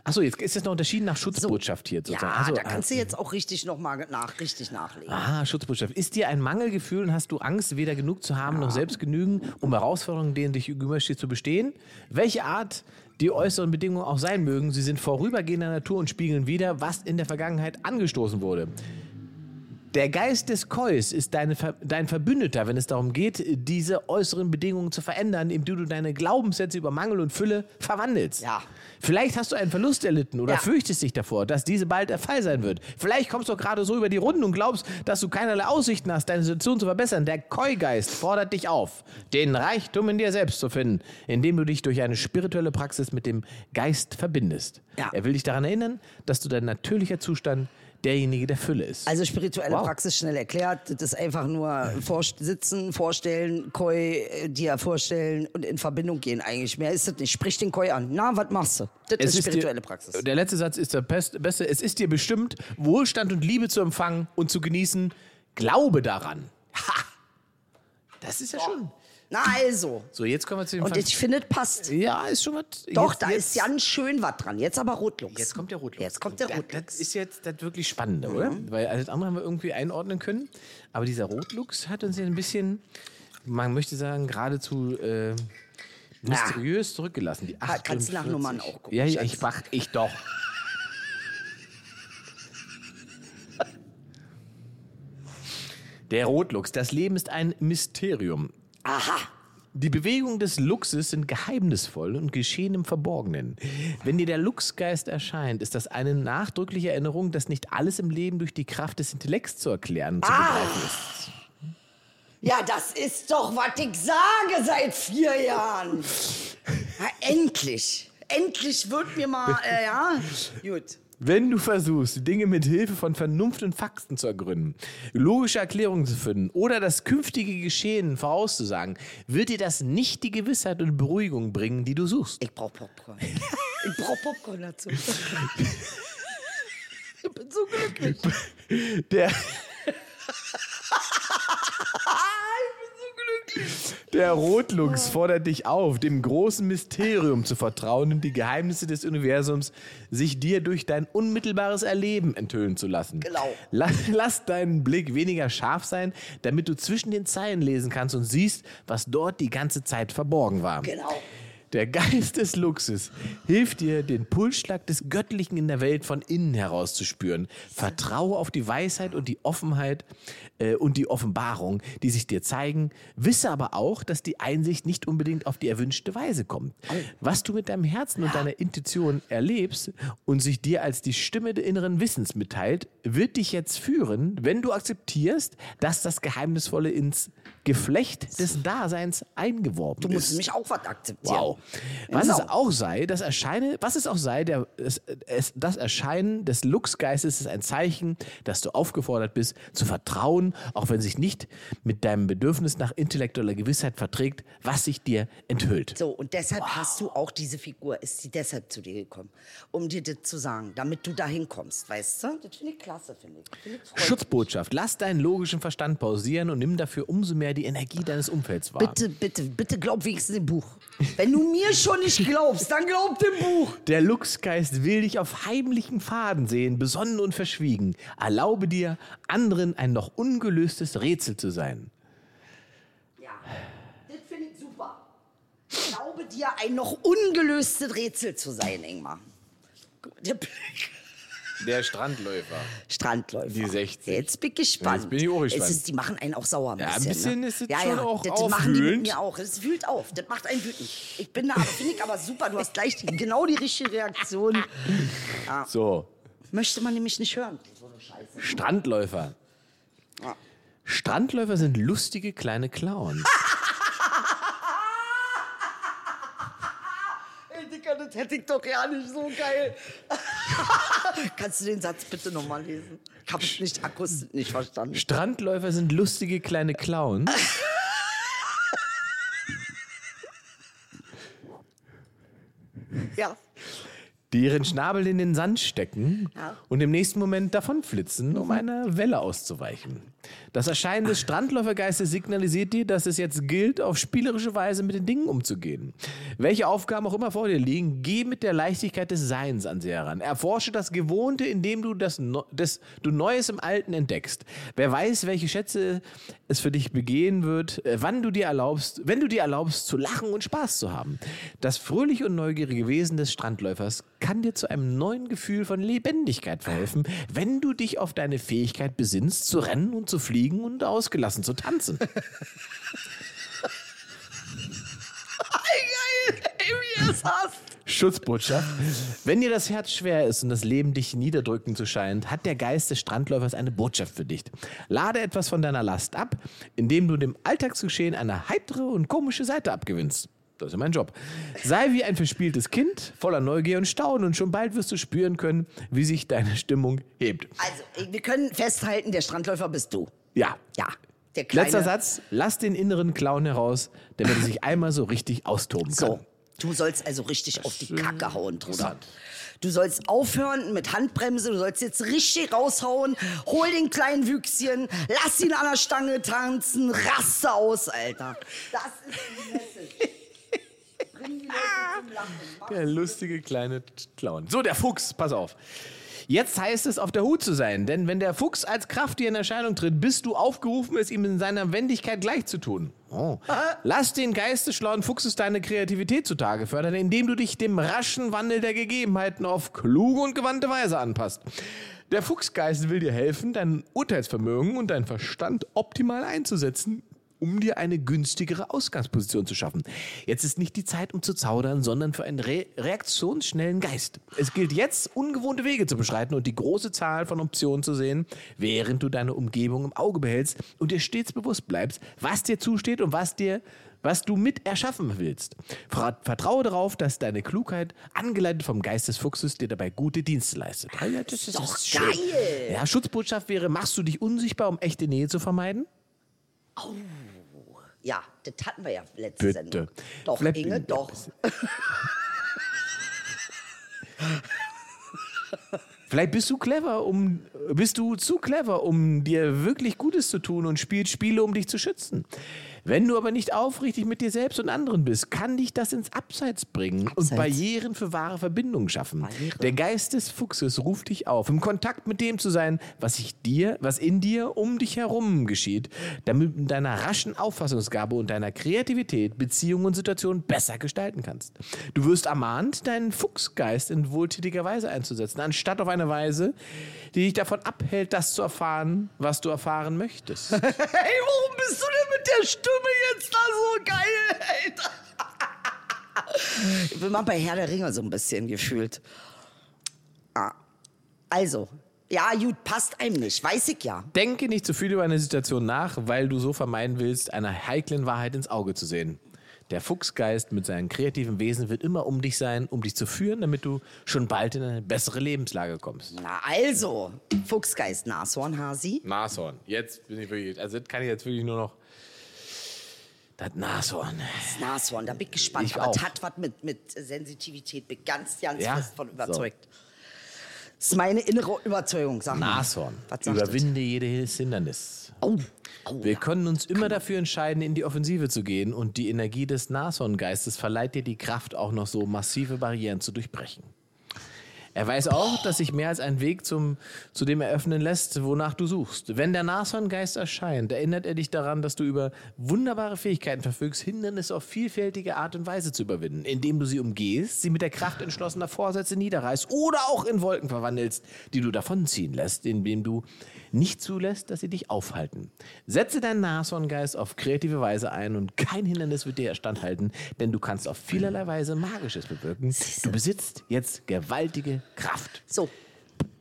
Speaker 2: Achso, jetzt ist das noch unterschieden nach Schutzbotschaft hier
Speaker 1: es. Ja,
Speaker 2: sozusagen. also,
Speaker 1: da kannst du
Speaker 2: äh,
Speaker 1: jetzt auch richtig nochmal nach, richtig nachlegen.
Speaker 2: Aha, Ah, Schutzbotschaft. Ist dir ein Mangelgefühl und hast du Angst, weder genug zu haben noch selbst genügen, um Herausforderungen, denen dich gegenüberstehst, zu bestehen? Welche Art die äußeren Bedingungen auch sein mögen, sie sind vorübergehender Natur und spiegeln wider, was in der Vergangenheit angestoßen wurde. Der Geist des Keus ist deine, Ver- dein Verbündeter, wenn es darum geht, diese äußeren Bedingungen zu verändern, indem du deine Glaubenssätze über Mangel und Fülle verwandelst.
Speaker 1: Ja.
Speaker 2: Vielleicht hast du einen Verlust erlitten oder
Speaker 1: Ja.
Speaker 2: fürchtest dich davor, dass diese bald der Fall sein wird. Vielleicht kommst du auch gerade so über die Runden und glaubst, dass du keinerlei Aussichten hast, deine Situation zu verbessern. Der Keugeist fordert dich auf, den Reichtum in dir selbst zu finden, indem du dich durch eine spirituelle Praxis mit dem Geist verbindest.
Speaker 1: Ja.
Speaker 2: Er will dich daran erinnern, dass du dein natürlicher Zustand derjenige der Fülle ist.
Speaker 1: Also spirituelle
Speaker 2: Wow.
Speaker 1: Praxis schnell erklärt. Das ist einfach nur vor, sitzen, vorstellen, Koi äh, dir vorstellen und in Verbindung gehen eigentlich. Mehr ist das nicht. Sprich den Koi an. Na, was machst du? Das
Speaker 2: Es
Speaker 1: ist
Speaker 2: ist dir-
Speaker 1: Also spirituelle Praxis.
Speaker 2: Der letzte Satz ist der best- beste. Es ist dir bestimmt, Wohlstand und Liebe zu empfangen und zu genießen. Glaube daran. Ha! Das ist ja schon.
Speaker 1: Na also.
Speaker 2: So, jetzt kommen wir zu dem
Speaker 1: Und
Speaker 2: Fun-
Speaker 1: ich finde, das passt.
Speaker 2: Ja, ist schon was.
Speaker 1: Doch,
Speaker 2: jetzt,
Speaker 1: da
Speaker 2: jetzt,
Speaker 1: ist ganz schön was dran. Jetzt aber Rotlux.
Speaker 2: Jetzt kommt der Rotlux.
Speaker 1: Jetzt kommt der Mhm.
Speaker 2: Das-
Speaker 1: Rotlux.
Speaker 2: Das ist jetzt das wirklich Spannende, oder? Weil alles andere haben wir irgendwie einordnen können. Aber dieser Rotlux hat uns ja ein bisschen, man möchte sagen, geradezu äh, mysteriös zurückgelassen. Die
Speaker 1: Ah, kannst du nach
Speaker 2: 48.
Speaker 1: Nummern auch gucken,
Speaker 2: Ja, ja,
Speaker 1: Schatz.
Speaker 2: ich mach, ich doch. Der Rotlux. Das Leben ist ein Mysterium. Die Bewegungen des Luxes sind geheimnisvoll und geschehen im Verborgenen. Wenn dir der Luxgeist erscheint, ist das eine nachdrückliche Erinnerung, dass nicht alles im Leben durch die Kraft des Intellekts zu erklären und zu
Speaker 1: Ah!
Speaker 2: begreifen ist.
Speaker 1: Ja, das ist doch, was ich sage seit vier Jahren. Ja, endlich. Endlich wird mir mal, äh, ja. Gut.
Speaker 2: Wenn du versuchst, die Dinge mit Hilfe von Vernunft und Fakten zu ergründen, logische Erklärungen zu finden oder das künftige Geschehen vorauszusagen, wird dir das nicht die Gewissheit und Beruhigung bringen, die du suchst.
Speaker 1: Ich brauch Popcorn. Ich brauch Popcorn dazu. Ich bin so glücklich. Ich bin
Speaker 2: Der,
Speaker 1: so glücklich.
Speaker 2: der Rotlux fordert dich auf, dem großen Mysterium zu vertrauen und die Geheimnisse des Universums sich dir durch dein unmittelbares Erleben enthüllen zu lassen.
Speaker 1: Genau.
Speaker 2: Lass, lass deinen Blick weniger scharf sein, damit du zwischen den Zeilen lesen kannst und siehst, was dort die ganze Zeit verborgen war.
Speaker 1: Genau.
Speaker 2: Der Geist des Luxus hilft dir, den Pulsschlag des Göttlichen in der Welt von innen heraus zu spüren. Vertraue auf die Weisheit und die Offenheit äh, und die Offenbarung, die sich dir zeigen. Wisse aber auch, dass die Einsicht nicht unbedingt auf die erwünschte Weise kommt. Was du mit deinem Herzen und deiner Intuition erlebst und sich dir als die Stimme des inneren Wissens mitteilt, wird dich jetzt führen, wenn du akzeptierst, dass das Geheimnisvolle ins Geflecht des Daseins eingeworben
Speaker 1: Du musst
Speaker 2: ist.
Speaker 1: nämlich auch was akzeptieren.
Speaker 2: Wow. Was
Speaker 1: Genau.
Speaker 2: es auch sei, das Erscheine, was es auch sei, der, es, es, das Erscheinen des Luxgeistes ist ein Zeichen, dass du aufgefordert bist, zu vertrauen, auch wenn sich nicht mit deinem Bedürfnis nach intellektueller Gewissheit verträgt, was sich dir enthüllt.
Speaker 1: So, und deshalb hast du auch diese Figur, ist sie deshalb zu dir gekommen, um dir das zu sagen, damit du da hinkommst, weißt du? Das finde ich klasse, finde ich. Find ich freundlich.
Speaker 2: Schutzbotschaft. Lass deinen logischen Verstand pausieren und nimm dafür umso mehr die Energie deines Umfelds wahr.
Speaker 1: Bitte, bitte, bitte glaub wenigstens dem Buch. Wenn du mir schon nicht glaubst, dann glaub dem Buch.
Speaker 2: Der Luxgeist will dich auf heimlichen Faden sehen, besonnen und verschwiegen. Erlaube dir, anderen ein noch ungelöstes Rätsel zu sein.
Speaker 1: Ja, das finde ich super. Ich glaube dir, ein noch ungelöstes Rätsel zu sein, Ingmar. Der Blick.
Speaker 2: Der Strandläufer.
Speaker 1: Strandläufer.
Speaker 2: Die 60.
Speaker 1: Jetzt bin ich gespannt.
Speaker 2: Jetzt bin ich auch gespannt.
Speaker 1: Es ist, die machen einen auch sauer. Ein
Speaker 2: Ja, ein
Speaker 1: bisschen,
Speaker 2: bisschen
Speaker 1: ne?
Speaker 2: ist es
Speaker 1: ja,
Speaker 2: schon
Speaker 1: ja.
Speaker 2: auch
Speaker 1: Das machen die mit
Speaker 2: aufwühlend.
Speaker 1: mir auch. Das wühlt auf. Das macht einen wütend. Ich bin da, aber finde ich aber super. Du hast gleich die, genau die richtige Reaktion.
Speaker 2: So,
Speaker 1: Möchte man nämlich nicht hören.
Speaker 2: Strandläufer.
Speaker 1: Ja.
Speaker 2: Strandläufer sind lustige kleine Clowns.
Speaker 1: Ey, Dicker, das hätte ich doch gar nicht so geil. Kannst du den Satz bitte nochmal lesen? Ich habe es nicht akustisch nicht verstanden.
Speaker 2: Strandläufer sind lustige kleine Clowns.
Speaker 1: Ja.
Speaker 2: die ihren Schnabel in den Sand stecken
Speaker 1: Ja.
Speaker 2: und im nächsten Moment davonflitzen, um einer Welle auszuweichen. Das Erscheinen des Strandläufergeistes signalisiert dir, dass es jetzt gilt, auf spielerische Weise mit den Dingen umzugehen. Welche Aufgaben auch immer vor dir liegen, geh mit der Leichtigkeit des Seins an sie heran. Erforsche das Gewohnte, indem du, das Neu- das, du Neues im Alten entdeckst. Wer weiß, welche Schätze es für dich begehen wird, äh, wann du dir erlaubst, wenn du dir erlaubst, zu lachen und Spaß zu haben. Das fröhliche und neugierige Wesen des Strandläufers kann dir zu einem neuen Gefühl von Lebendigkeit verhelfen, wenn du dich auf deine Fähigkeit besinnst, zu rennen und zu fliegen und ausgelassen zu tanzen.
Speaker 1: Ey, geil. Ey, wie ihr es hasst.
Speaker 2: Schutzbotschaft. Wenn dir das Herz schwer ist und das Leben dich niederdrücken zu scheint, hat der Geist des Strandläufers eine Botschaft für dich. Lade etwas von deiner Last ab, indem du dem Alltagsgeschehen eine heitere und komische Seite abgewinnst. Das ist mein Job. Sei wie ein verspieltes Kind, voller Neugier und Staunen und schon bald wirst du spüren können, wie sich deine Stimmung hebt.
Speaker 1: Also, ey, wir können festhalten, der Strandläufer bist du.
Speaker 2: Ja.
Speaker 1: Ja. Der kleine.
Speaker 2: Letzter Satz, lass den inneren Clown heraus, damit er sich einmal so richtig austoben kann.
Speaker 1: So. Du sollst also richtig auf die Kacke hauen, Bruder. Du sollst aufhören mit Handbremse, du sollst jetzt richtig raushauen, hol den kleinen Wüchschen, lass ihn an der Stange tanzen, raste aus, Alter. Das ist die Message. Bring die Leute zum Lachen. Mach
Speaker 2: Der lustige kleine Clown. So, der Fuchs, pass auf. Jetzt heißt es, auf der Hut zu sein, denn wenn der Fuchs als Kraft dir in Erscheinung tritt, bist du aufgerufen, es ihm in seiner Wendigkeit gleich zu tun. Oh. Lass den geistesschlauen Fuchses deine Kreativität zutage fördern, indem du dich dem raschen Wandel der Gegebenheiten auf kluge und gewandte Weise anpasst. Der Fuchsgeist will dir helfen, dein Urteilsvermögen und deinen Verstand optimal einzusetzen, um dir eine günstigere Ausgangsposition zu schaffen. Jetzt ist nicht die Zeit, um zu zaudern, sondern für einen re reaktionsschnellen Geist. Es gilt jetzt, ungewohnte Wege zu beschreiten und die große Zahl von Optionen zu sehen, während du deine Umgebung im Auge behältst und dir stets bewusst bleibst, was dir zusteht und was dir was du mit erschaffen willst. Ver Vertraue darauf, dass deine Klugheit, angeleitet vom Geist des Fuchses, dir dabei gute Dienste leistet. Ah, ja, das ist
Speaker 1: doch
Speaker 2: schön.
Speaker 1: geil.
Speaker 2: Ja, Schutzbotschaft wäre, machst du dich unsichtbar, um echte Nähe zu vermeiden?
Speaker 1: Ja, das hatten wir ja letzte
Speaker 2: Bitte.
Speaker 1: Sendung. Doch,
Speaker 2: Bleib
Speaker 1: Inge,
Speaker 2: in-
Speaker 1: doch.
Speaker 2: Vielleicht bist du clever, um bist du zu clever, um dir wirklich Gutes zu tun und spielst Spiele, um dich zu schützen. Wenn du aber nicht aufrichtig mit dir selbst und anderen bist, kann dich das ins Abseits bringen und
Speaker 1: Abseits.
Speaker 2: Barrieren für wahre Verbindungen schaffen.
Speaker 1: Barriere.
Speaker 2: Der Geist des Fuchses ruft dich auf, im Kontakt mit dem zu sein, was sich dir, was in dir um dich herum geschieht, damit du mit deiner raschen Auffassungsgabe und deiner Kreativität Beziehungen und Situationen besser gestalten kannst. Du wirst ermahnt, deinen Fuchsgeist in wohltätiger Weise einzusetzen, anstatt auf eine Weise, die dich davon abhält, das zu erfahren, was du erfahren möchtest.
Speaker 1: Ey, warum bist du denn mit der Stimme jetzt da so geil, Alter? Ich bin mal bei Herr der Ringe so ein bisschen gefühlt. Ah. Also, ja, gut, passt einem nicht, weiß ich ja.
Speaker 2: Denke nicht zu viel über eine Situation nach, weil du so vermeiden willst, einer heiklen Wahrheit ins Auge zu sehen. Der Fuchsgeist mit seinem kreativen Wesen wird immer um dich sein, um dich zu führen, damit du schon bald in eine bessere Lebenslage kommst.
Speaker 1: Na also, Fuchsgeist, Nashorn, Hasi.
Speaker 2: Nashorn, jetzt bin ich wirklich, also das kann ich jetzt wirklich nur noch. Das Nashorn.
Speaker 1: Das Nashorn, da bin ich gespannt.
Speaker 2: Ich
Speaker 1: aber
Speaker 2: auch.
Speaker 1: das hat was mit, mit Sensitivität, bin ganz, ganz
Speaker 2: Ja?
Speaker 1: fest von überzeugt. Das ist meine innere Überzeugung, sag mal.
Speaker 2: Nashorn.
Speaker 1: Was sagt
Speaker 2: Überwinde jedes Hindernis.
Speaker 1: das? Au, au,
Speaker 2: Wir können uns immer dafür entscheiden, in die Offensive zu gehen und die Energie des Nashorngeistes verleiht dir die Kraft, auch noch so massive Barrieren zu durchbrechen. Er weiß auch, dass sich mehr als ein Weg zum, zu dem eröffnen lässt, wonach du suchst. Wenn der Nashorngeist erscheint, erinnert er dich daran, dass du über wunderbare Fähigkeiten verfügst, Hindernisse auf vielfältige Art und Weise zu überwinden, indem du sie umgehst, sie mit der Kraft entschlossener Vorsätze niederreißt oder auch in Wolken verwandelst, die du davonziehen lässt, indem du nicht zulässt, dass sie dich aufhalten. Setze deinen Nashorngeist auf kreative Weise ein und kein Hindernis wird dir standhalten, denn du kannst auf vielerlei Weise Magisches bewirken. Du besitzt jetzt gewaltige Kraft.
Speaker 1: So.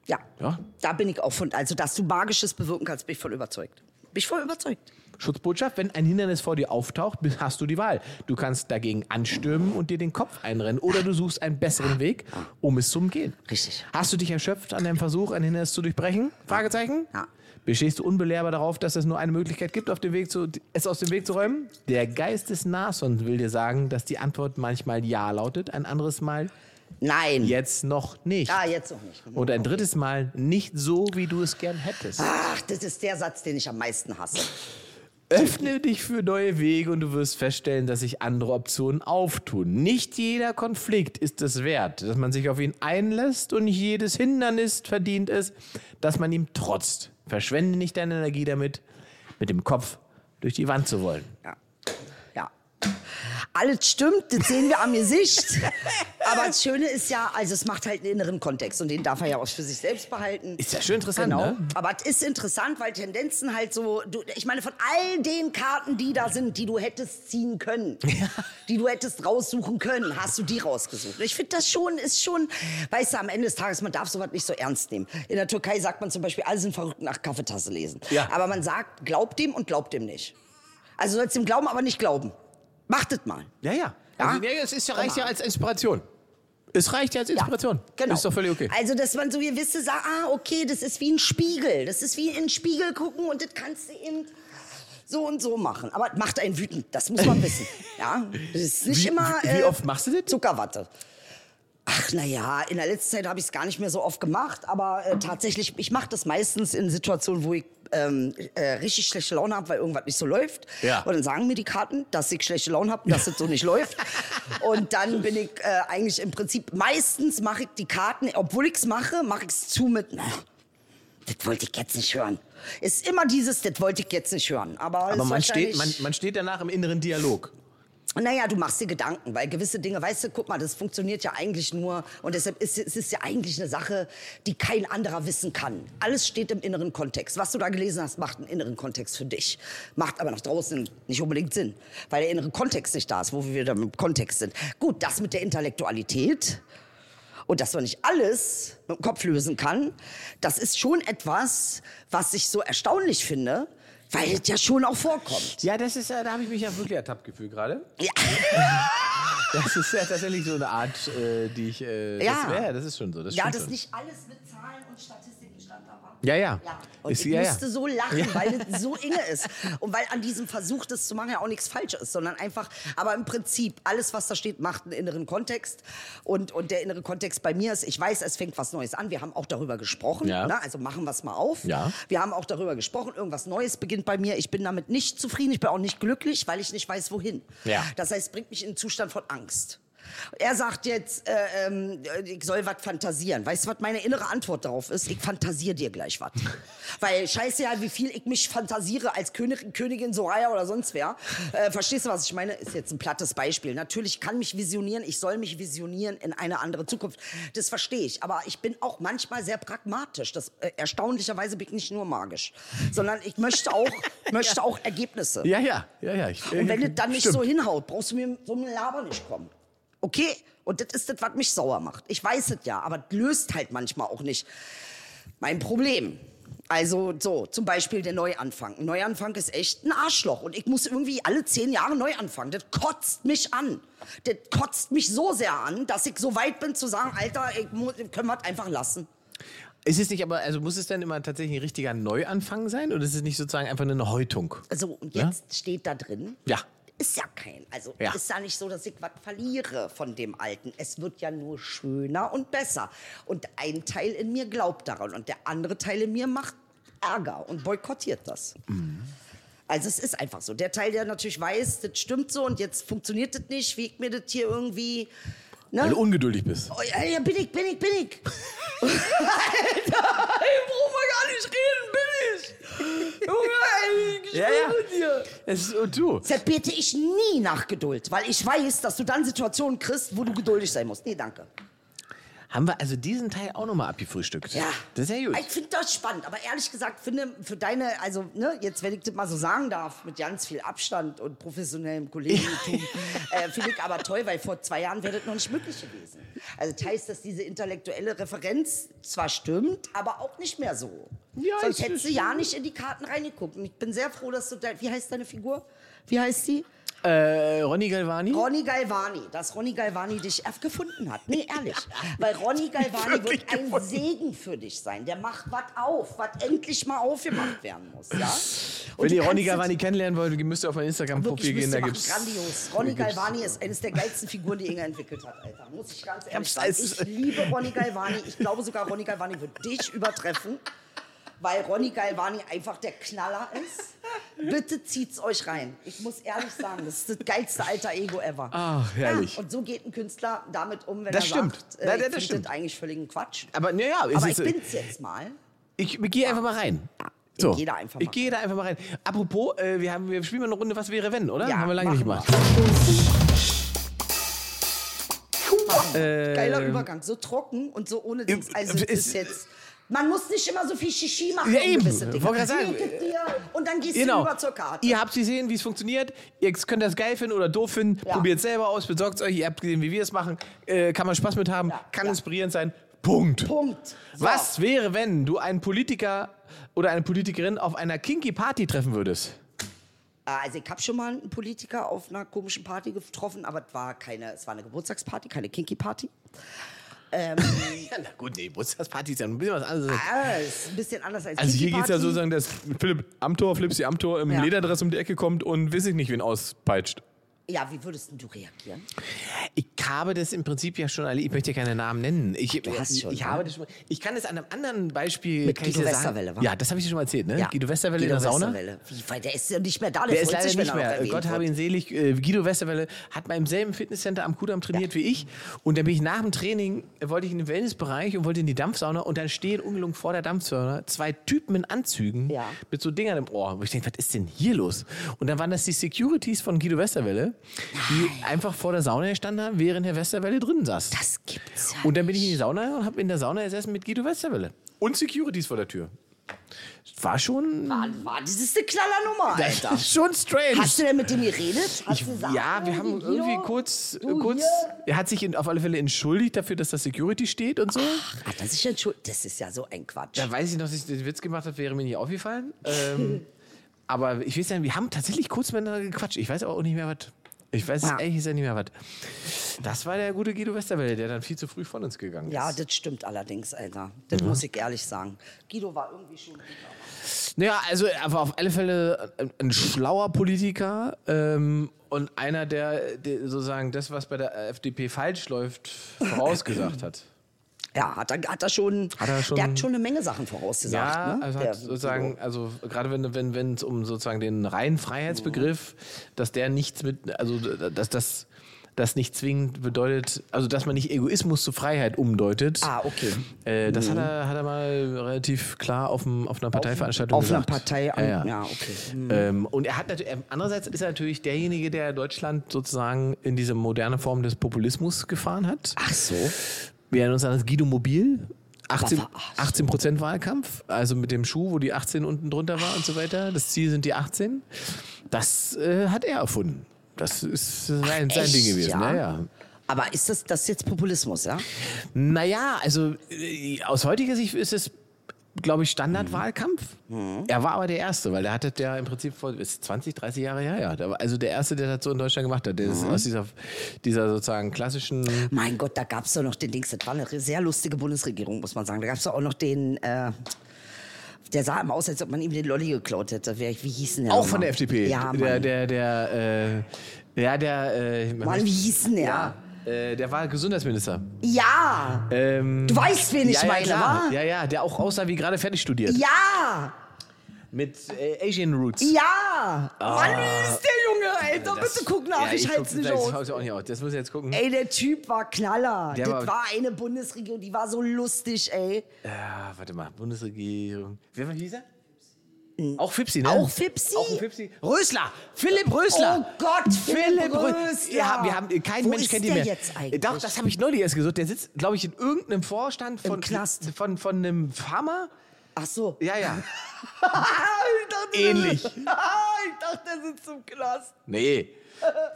Speaker 1: Ja.
Speaker 2: Ja.
Speaker 1: Da bin ich auch von. Also, dass du Magisches bewirken kannst, bin ich voll überzeugt. Bin ich voll überzeugt.
Speaker 2: Schutzbotschaft, wenn ein Hindernis vor dir auftaucht, bist- hast du die Wahl. Du kannst dagegen anstürmen und dir den Kopf einrennen oder du suchst einen besseren Weg, um es zu umgehen.
Speaker 1: Richtig.
Speaker 2: Hast du dich erschöpft an deinem Versuch, ein Hindernis zu durchbrechen? Fragezeichen?
Speaker 1: Ja.
Speaker 2: Bestehst du unbelehrbar darauf, dass es nur eine Möglichkeit gibt, auf dem Weg zu, es aus dem Weg zu räumen? Der Geist des Nashorns will dir sagen, dass die Antwort manchmal Ja lautet, ein anderes Mal
Speaker 1: Nein.
Speaker 2: jetzt noch nicht.
Speaker 1: Ah, jetzt noch nicht.
Speaker 2: Und ein drittes Mal nicht so, wie du es gern hättest.
Speaker 1: Ach, das ist der Satz, den ich am meisten hasse.
Speaker 2: Öffne dich für neue Wege und du wirst feststellen, dass sich andere Optionen auftun. Nicht jeder Konflikt ist es wert, dass man sich auf ihn einlässt und nicht jedes Hindernis verdient es, dass man ihm trotzt. Verschwende nicht deine Energie damit, mit dem Kopf durch die Wand zu wollen.
Speaker 1: Ja. ja. Alles stimmt, das sehen wir am Gesicht. Aber das Schöne ist ja, also es macht halt einen inneren Kontext und den darf er ja auch für sich selbst behalten.
Speaker 2: Ist ja schön interessant,
Speaker 1: Genau.
Speaker 2: ne?
Speaker 1: Aber es ist interessant, weil Tendenzen halt so, du, ich meine, von all den Karten, die da sind, die du hättest ziehen können, die du hättest raussuchen können, hast du die rausgesucht. Und Ich finde, das schon ist schon, weißt du, am Ende des Tages, man darf sowas nicht so ernst nehmen. In der Türkei sagt man zum Beispiel, alle sind verrückt nach Kaffeetasse lesen.
Speaker 2: Ja.
Speaker 1: Aber man sagt, glaubt dem und glaubt dem nicht. Also sollst dem glauben, aber nicht glauben. Macht es mal.
Speaker 2: Ja, ja.
Speaker 1: Ja?
Speaker 2: Also, nee, es ist ja, reicht ja als Inspiration. Es reicht ja als Inspiration.
Speaker 1: Genau.
Speaker 2: Ist doch völlig okay.
Speaker 1: Also, dass man so gewisse sagt, ah, okay, das ist wie ein Spiegel. Das ist wie in den Spiegel gucken und das kannst du eben so und so machen. Aber das macht einen wütend, das muss man wissen. ja, das ist nicht
Speaker 2: Wie-
Speaker 1: immer. äh,
Speaker 2: wie- wie oft machst du das?
Speaker 1: Zuckerwatte. Ach, naja, in der letzten Zeit habe ich es gar nicht mehr so oft gemacht, aber äh, tatsächlich, ich mache das meistens in Situationen, wo ich ähm, äh, richtig schlechte Laune habe, weil irgendwas nicht so läuft.
Speaker 2: Ja.
Speaker 1: Und dann sagen mir die Karten, dass ich schlechte Laune habe und dass es so nicht läuft. Und dann bin ich äh, eigentlich im Prinzip, meistens mache ich die Karten, obwohl ich es mache, mache ich es zu mit, na, das wollte ich jetzt nicht hören. Ist immer dieses, das wollte ich jetzt nicht hören. Aber,
Speaker 2: Aber
Speaker 1: ist
Speaker 2: man steht,
Speaker 1: wahrscheinlich-
Speaker 2: man, man steht danach im inneren Dialog.
Speaker 1: naja, du machst dir Gedanken, weil gewisse Dinge, weißt du, guck mal, das funktioniert ja eigentlich nur und deshalb ist es ist ja eigentlich eine Sache, die kein anderer wissen kann. Alles steht im inneren Kontext. Was du da gelesen hast, macht einen inneren Kontext für dich. Macht aber nach draußen nicht unbedingt Sinn, weil der innere Kontext nicht da ist, wo wir wieder im Kontext sind. Gut, das mit der Intellektualität und dass man nicht alles mit dem Kopf lösen kann, das ist schon etwas, was ich so erstaunlich finde, weil es ja schon auch vorkommt.
Speaker 2: Ja, das ist, äh, da habe ich mich ja wirklich ertappt gefühlt gerade.
Speaker 1: Ja.
Speaker 2: Das ist ja tatsächlich so eine Art, äh, die ich. Äh,
Speaker 1: Ja.
Speaker 2: Das, wär- ja, das ist schon so. Das
Speaker 1: Ja,
Speaker 2: stimmt
Speaker 1: dass
Speaker 2: schon.
Speaker 1: nicht alles mit Zahlen und Statistiken stand da war.
Speaker 2: Ja, ja.
Speaker 1: Ja, und
Speaker 2: Ist-
Speaker 1: ich
Speaker 2: ja, ja.
Speaker 1: musste so lachen, weil das so inge ist. Und weil an diesem Versuch, das zu machen, ja auch nichts falsch ist, sondern einfach, aber im Prinzip, alles, was da steht, macht einen inneren Kontext. Und, und der innere Kontext bei mir ist, ich weiß, es fängt was Neues an. Wir haben auch darüber gesprochen.
Speaker 2: Ja.
Speaker 1: Ne? Also machen wir es mal auf.
Speaker 2: Ja.
Speaker 1: Wir haben auch darüber gesprochen, irgendwas Neues beginnt bei mir. Ich bin damit nicht zufrieden, ich bin auch nicht glücklich, weil ich nicht weiß, wohin.
Speaker 2: Ja.
Speaker 1: Das heißt, es bringt mich in einen Zustand von Angst. Er sagt jetzt, äh, ähm, ich soll was fantasieren. Weißt du, was meine innere Antwort darauf ist? Ich fantasiere dir gleich was. Weil scheiße ja, wie viel ich mich fantasiere als Königin, Königin Soraya oder sonst wer. Äh, verstehst du, was ich meine? Ist jetzt ein plattes Beispiel. Natürlich kann mich visionieren, ich soll mich visionieren in eine andere Zukunft. Das verstehe ich. Aber ich bin auch manchmal sehr pragmatisch. Das, äh, erstaunlicherweise bin ich nicht nur magisch, sondern ich möchte auch, möchte auch Ergebnisse.
Speaker 2: Ja, ja, ja, ja. Ich,
Speaker 1: Und wenn es dann nicht
Speaker 2: stimmt.
Speaker 1: so hinhaut, brauchst du mir mit so einem Laber nicht kommen. Okay? Und das ist das, was mich sauer macht. Ich weiß es ja, aber das löst halt manchmal auch nicht mein Problem. Also so, zum Beispiel der Neuanfang. Ein Neuanfang ist echt ein Arschloch und ich muss irgendwie alle zehn Jahre neu anfangen. Das kotzt mich an. Das kotzt mich so sehr an, dass ich so weit bin zu sagen, Alter, ich mu- können wir das einfach lassen.
Speaker 2: Ist es nicht, aber also muss es dann immer tatsächlich ein richtiger Neuanfang sein oder ist es nicht sozusagen einfach nur eine Häutung?
Speaker 1: So, Also, und
Speaker 2: Ja?
Speaker 1: jetzt steht da drin,
Speaker 2: Ja.
Speaker 1: ist ja kein. Also
Speaker 2: Ja.
Speaker 1: ist ja nicht so, dass ich was verliere von dem Alten. Es wird ja nur schöner und besser. Und ein Teil in mir glaubt daran und der andere Teil in mir macht Ärger und boykottiert das. Also es ist einfach so. Der Teil, der natürlich weiß, das stimmt so und jetzt funktioniert das nicht, wie ich mir das hier irgendwie Ne?
Speaker 2: Weil du ungeduldig bist.
Speaker 1: Oh, ja, ja, bin ich, bin ich, bin ich. Alter, ich brauch mal gar nicht reden, bin ich. Junge, ey, ich schwöre dir.
Speaker 2: Es ist, und du.
Speaker 1: Deshalb bete ich nie nach Geduld, weil ich weiß, dass du dann Situationen kriegst, wo du geduldig sein musst. Nee, danke.
Speaker 2: Haben wir also diesen Teil auch nochmal abgefrühstückt?
Speaker 1: Ja.
Speaker 2: Das ist ja gut.
Speaker 1: Ich finde das spannend, aber ehrlich gesagt, finde für deine, also, ne, jetzt, wenn ich das mal so sagen darf, mit ganz viel Abstand und professionellem Kollegentum, äh, finde ich aber toll, weil vor zwei Jahren wäre das noch nicht möglich gewesen. Also, das heißt, dass diese intellektuelle Referenz zwar stimmt, aber auch nicht mehr so.
Speaker 2: Ja,
Speaker 1: Sonst
Speaker 2: es
Speaker 1: hättest du
Speaker 2: ist-
Speaker 1: ja nicht in die Karten reingeguckt. Und ich bin sehr froh, dass du, dein, wie heißt deine Figur? Wie heißt die?
Speaker 2: Äh, Ronny Galvani?
Speaker 1: Ronny Galvani, dass Ronny Galvani dich erst gefunden hat. Nee, ehrlich. Weil Ronny Galvani
Speaker 2: Wirklich
Speaker 1: wird ein
Speaker 2: gefunden.
Speaker 1: Segen für dich sein. Der macht was auf, was endlich mal aufgemacht werden muss. Ja? Und
Speaker 2: Wenn
Speaker 1: du
Speaker 2: ihr Ronny
Speaker 1: kannst
Speaker 2: Galvani kennenlernen wollt, müsst ihr auf mein Instagram-Profil
Speaker 1: Wirklich,
Speaker 2: gehen, da
Speaker 1: müsste
Speaker 2: gibt's. Oh
Speaker 1: machen. Grandios. Ronny
Speaker 2: da gibt's-
Speaker 1: Galvani ist eines der geilsten Figuren, die Inga entwickelt hat, Alter. Muss ich ganz ehrlich sagen.
Speaker 2: Scheiße.
Speaker 1: Ich liebe Ronny Galvani. Ich glaube sogar, Ronny Galvani wird dich übertreffen, weil Ronny Galvani einfach der Knaller ist. Bitte zieht's euch rein. Ich muss ehrlich sagen, das ist das geilste alter Ego ever.
Speaker 2: Ach, Ah, herrlich.
Speaker 1: Ja, und so geht ein Künstler damit um, wenn
Speaker 2: Das
Speaker 1: er
Speaker 2: stimmt.
Speaker 1: sagt,
Speaker 2: Ja,
Speaker 1: ich
Speaker 2: ja, das
Speaker 1: find
Speaker 2: stimmt.
Speaker 1: das eigentlich völligen Quatsch.
Speaker 2: Aber naja,
Speaker 1: Aber ich bin's jetzt mal.
Speaker 2: äh, Ich gehe einfach mal rein. So.
Speaker 1: geh da einfach
Speaker 2: Ich
Speaker 1: mal
Speaker 2: gehe da einfach mal rein. Apropos, äh, wir, haben, wir spielen mal eine Runde Was wäre wenn, oder?
Speaker 1: Ja,
Speaker 2: haben wir lange nicht gemacht.
Speaker 1: machen Geiler Übergang. So trocken und so ohne Dings. Also
Speaker 2: ähm,
Speaker 1: es ist
Speaker 2: Äh, ist-
Speaker 1: jetzt. Man muss nicht immer so viel Shishi machen.
Speaker 2: Ja,
Speaker 1: um
Speaker 2: eben.
Speaker 1: gewisse Dinge.
Speaker 2: Wollte gerade sagen.
Speaker 1: Hier, gib dir, und dann gehst du
Speaker 2: Genau.
Speaker 1: rüber zur Karte.
Speaker 2: Ihr habt gesehen, wie es funktioniert. Ihr könnt das geil finden oder doof finden.
Speaker 1: Ja.
Speaker 2: Probiert selber aus, besorgt euch. Ihr habt gesehen, wie wir es machen. Äh, kann man Spaß mit haben,
Speaker 1: Ja,
Speaker 2: kann
Speaker 1: ja.
Speaker 2: inspirierend sein. Punkt.
Speaker 1: Punkt. So.
Speaker 2: Was wäre, wenn du einen Politiker oder eine Politikerin auf einer Kinky Party treffen würdest?
Speaker 1: Ah, Also ich habe schon mal einen Politiker auf einer komischen Party getroffen, aber es war keine, es war eine Geburtstagsparty, keine Kinky-Party.
Speaker 2: Ja, na gut, nee, Geburtstagsparty ist ja ein bisschen was anderes.
Speaker 1: Ah, ist ein bisschen anders als
Speaker 2: Also hier geht es
Speaker 1: Kinky-Party.
Speaker 2: ja sozusagen, dass Philipp Amthor, Flipsi Amthor im
Speaker 1: Ja.
Speaker 2: Lederdress um die Ecke kommt und weiß ich nicht, wen auspeitscht.
Speaker 1: Ja, wie würdest denn du reagieren?
Speaker 2: Ich habe das im Prinzip ja schon alle, ich möchte ja keine Namen nennen. Ich,
Speaker 1: du hast schon,
Speaker 2: ich,
Speaker 1: ne?
Speaker 2: habe das schon ich kann es an einem anderen Beispiel.
Speaker 1: Mit
Speaker 2: kann ich
Speaker 1: Guido
Speaker 2: dir
Speaker 1: Westerwelle,
Speaker 2: sagen,
Speaker 1: wa?
Speaker 2: Ja, das habe ich dir schon mal erzählt, ne? Guido Westerwelle
Speaker 1: Guido
Speaker 2: in der Sauna.
Speaker 1: Westerwelle. Wie, weil der ist ja nicht mehr da. Der,
Speaker 2: Der ist
Speaker 1: freut
Speaker 2: leider
Speaker 1: sich, wenn
Speaker 2: nicht
Speaker 1: er noch
Speaker 2: mehr.
Speaker 1: erwähnt
Speaker 2: Gott habe
Speaker 1: wird.
Speaker 2: ihn selig. Äh, Guido Westerwelle hat mal im selben Fitnesscenter am Kudamm trainiert wie ich. Und dann bin ich nach dem Training, äh, wollte ich in den Wellnessbereich und wollte in die Dampfsauna. Und dann stehen ungelungen vor der Dampfsauna zwei Typen in Anzügen
Speaker 1: Ja.
Speaker 2: mit so Dingern im Ohr. Wo ich denke, was ist denn hier los? Und dann waren das die Securities von Guido Westerwelle, die einfach vor der Sauna gestanden haben, während Herr Westerwelle drinnen saß.
Speaker 1: Das gibt's ja.
Speaker 2: und dann bin ich in die Sauna und habe in der Sauna gesessen mit Guido Westerwelle. Und Securities vor der Tür. War schon,
Speaker 1: Mann, Mann, das ist eine Knallernummer, Alter.
Speaker 2: schon strange.
Speaker 1: Hast du denn mit dem geredet? Hast du gesagt,
Speaker 2: Ja, wir
Speaker 1: oh,
Speaker 2: haben
Speaker 1: die
Speaker 2: irgendwie
Speaker 1: Guido?
Speaker 2: kurz,
Speaker 1: du
Speaker 2: kurz
Speaker 1: hier?
Speaker 2: er hat sich in, auf alle Fälle entschuldigt dafür, dass da Security steht und so.
Speaker 1: Ach, das ist ja schuld. Das ist ja so ein Quatsch.
Speaker 2: Da weiß ich noch, dass ich den Witz gemacht habe, wäre mir nicht aufgefallen. Ähm, aber ich weiß ja, wir haben tatsächlich kurz miteinander gequatscht. Ich weiß aber auch nicht mehr was. Ich weiß
Speaker 1: Ja.
Speaker 2: ehrlich gesagt nicht mehr was. Das war der gute Guido Westerwelle, der dann viel zu früh von uns gegangen ist.
Speaker 1: ja, das stimmt allerdings, Alter. Das muss ich ehrlich sagen. Guido war irgendwie schon.
Speaker 2: Naja, also er war auf alle Fälle ein, ein schlauer Politiker ähm, und einer, der, der sozusagen das, was bei der FDP falsch läuft, vorausgesagt hat.
Speaker 1: Ja, hat er, hat er schon.
Speaker 2: Hat er schon-
Speaker 1: der hat schon eine Menge Sachen vorausgesagt.
Speaker 2: Ja,
Speaker 1: ne?
Speaker 2: also
Speaker 1: Der
Speaker 2: hat sozusagen, also gerade wenn wenn wenn es um sozusagen den reinen Freiheitsbegriff, dass der nichts mit, also dass das das nicht zwingend bedeutet, also dass man nicht Egoismus zu Freiheit umdeutet.
Speaker 1: Ah, okay.
Speaker 2: Äh, das hat, er, hat er mal relativ klar auf, dem, auf einer Parteiveranstaltung
Speaker 1: Auf einer
Speaker 2: gesagt.
Speaker 1: Partei.
Speaker 2: Ja, ja.
Speaker 1: ja okay. Hm.
Speaker 2: Ähm, und er hat natürlich, andererseits ist er natürlich derjenige, der Deutschland sozusagen in diese moderne Form des Populismus gefahren hat.
Speaker 1: Ach so.
Speaker 2: Wir erinnern uns an das Guido Mobil. 18,
Speaker 1: Aber was?
Speaker 2: 18 Prozent Wahlkampf, also mit dem Schuh, wo die 18 unten drunter war und so weiter. Das Ziel sind die 18. Das äh, hat er erfunden. Das ist sein, sein
Speaker 1: echt,
Speaker 2: Ding gewesen.
Speaker 1: ja?
Speaker 2: Naja.
Speaker 1: Aber ist das, das ist jetzt Populismus, ja?
Speaker 2: naja, also äh, aus heutiger Sicht ist es, glaube ich, Standardwahlkampf.
Speaker 1: Mhm.
Speaker 2: Er war aber der Erste, weil der hatte der im Prinzip vor ist 20, 30 Jahre her. Ja. Der war Also der Erste, der das so in Deutschland gemacht hat. Der ist
Speaker 1: Mhm.
Speaker 2: aus dieser, dieser sozusagen klassischen
Speaker 1: Mein Gott, da gab es doch noch den Dings. Das war eine sehr lustige Bundesregierung, muss man sagen. Da gab es doch auch noch den. Äh, der sah immer aus, als ob man ihm den Lolli geklaut hätte. Wer- Wie hieß denn der?
Speaker 2: Auch
Speaker 1: nochmal?
Speaker 2: von der FDP.
Speaker 1: Ja, Mann.
Speaker 2: der, der, der, äh, ja, der, äh, man
Speaker 1: Mann,
Speaker 2: möchte-
Speaker 1: wie hieß denn der?
Speaker 2: ja, äh, der war Gesundheitsminister.
Speaker 1: Ja!
Speaker 2: Ähm,
Speaker 1: Du weißt, wen ich
Speaker 2: ja,
Speaker 1: meine,
Speaker 2: ja, klar.
Speaker 1: wa?
Speaker 2: ja, ja, der auch aussah wie gerade fertig studiert.
Speaker 1: Ja!
Speaker 2: Mit äh, Asian Roots.
Speaker 1: Ja! Mann, wie ist der Junge, Alter?
Speaker 2: Ah. Das
Speaker 1: zu gucken, aber ich halte es nicht
Speaker 2: das,
Speaker 1: aus.
Speaker 2: Das, auch nicht aus. das muss ich jetzt gucken.
Speaker 1: Ey, der Typ war Knaller.
Speaker 2: Der
Speaker 1: das
Speaker 2: war-
Speaker 1: war, eine Bundesregierung, die war so lustig, ey.
Speaker 2: Ah, warte mal, Bundesregierung. Wer war dieser? Auch Fipsi, ne?
Speaker 1: Hm. Auch Fipsi?
Speaker 2: Auch ein Fipsi. Rösler! Philipp Rösler!
Speaker 1: Oh Gott, Philipp
Speaker 2: Rö-
Speaker 1: Rösler.
Speaker 2: Ja, wir haben, äh, kein
Speaker 1: Wo
Speaker 2: Mensch
Speaker 1: ist
Speaker 2: kennt ihn
Speaker 1: der
Speaker 2: mehr.
Speaker 1: jetzt eigentlich?
Speaker 2: Doch, das habe ich neulich erst gesucht. Der sitzt, glaube ich, in irgendeinem Vorstand von,
Speaker 1: Knast.
Speaker 2: von, von einem Farmer.
Speaker 1: Ach so.
Speaker 2: Ja, ja.
Speaker 1: ich dachte, Ah,
Speaker 2: Ähnlich.
Speaker 1: ich dachte, der sitzt im Knast.
Speaker 2: Nee,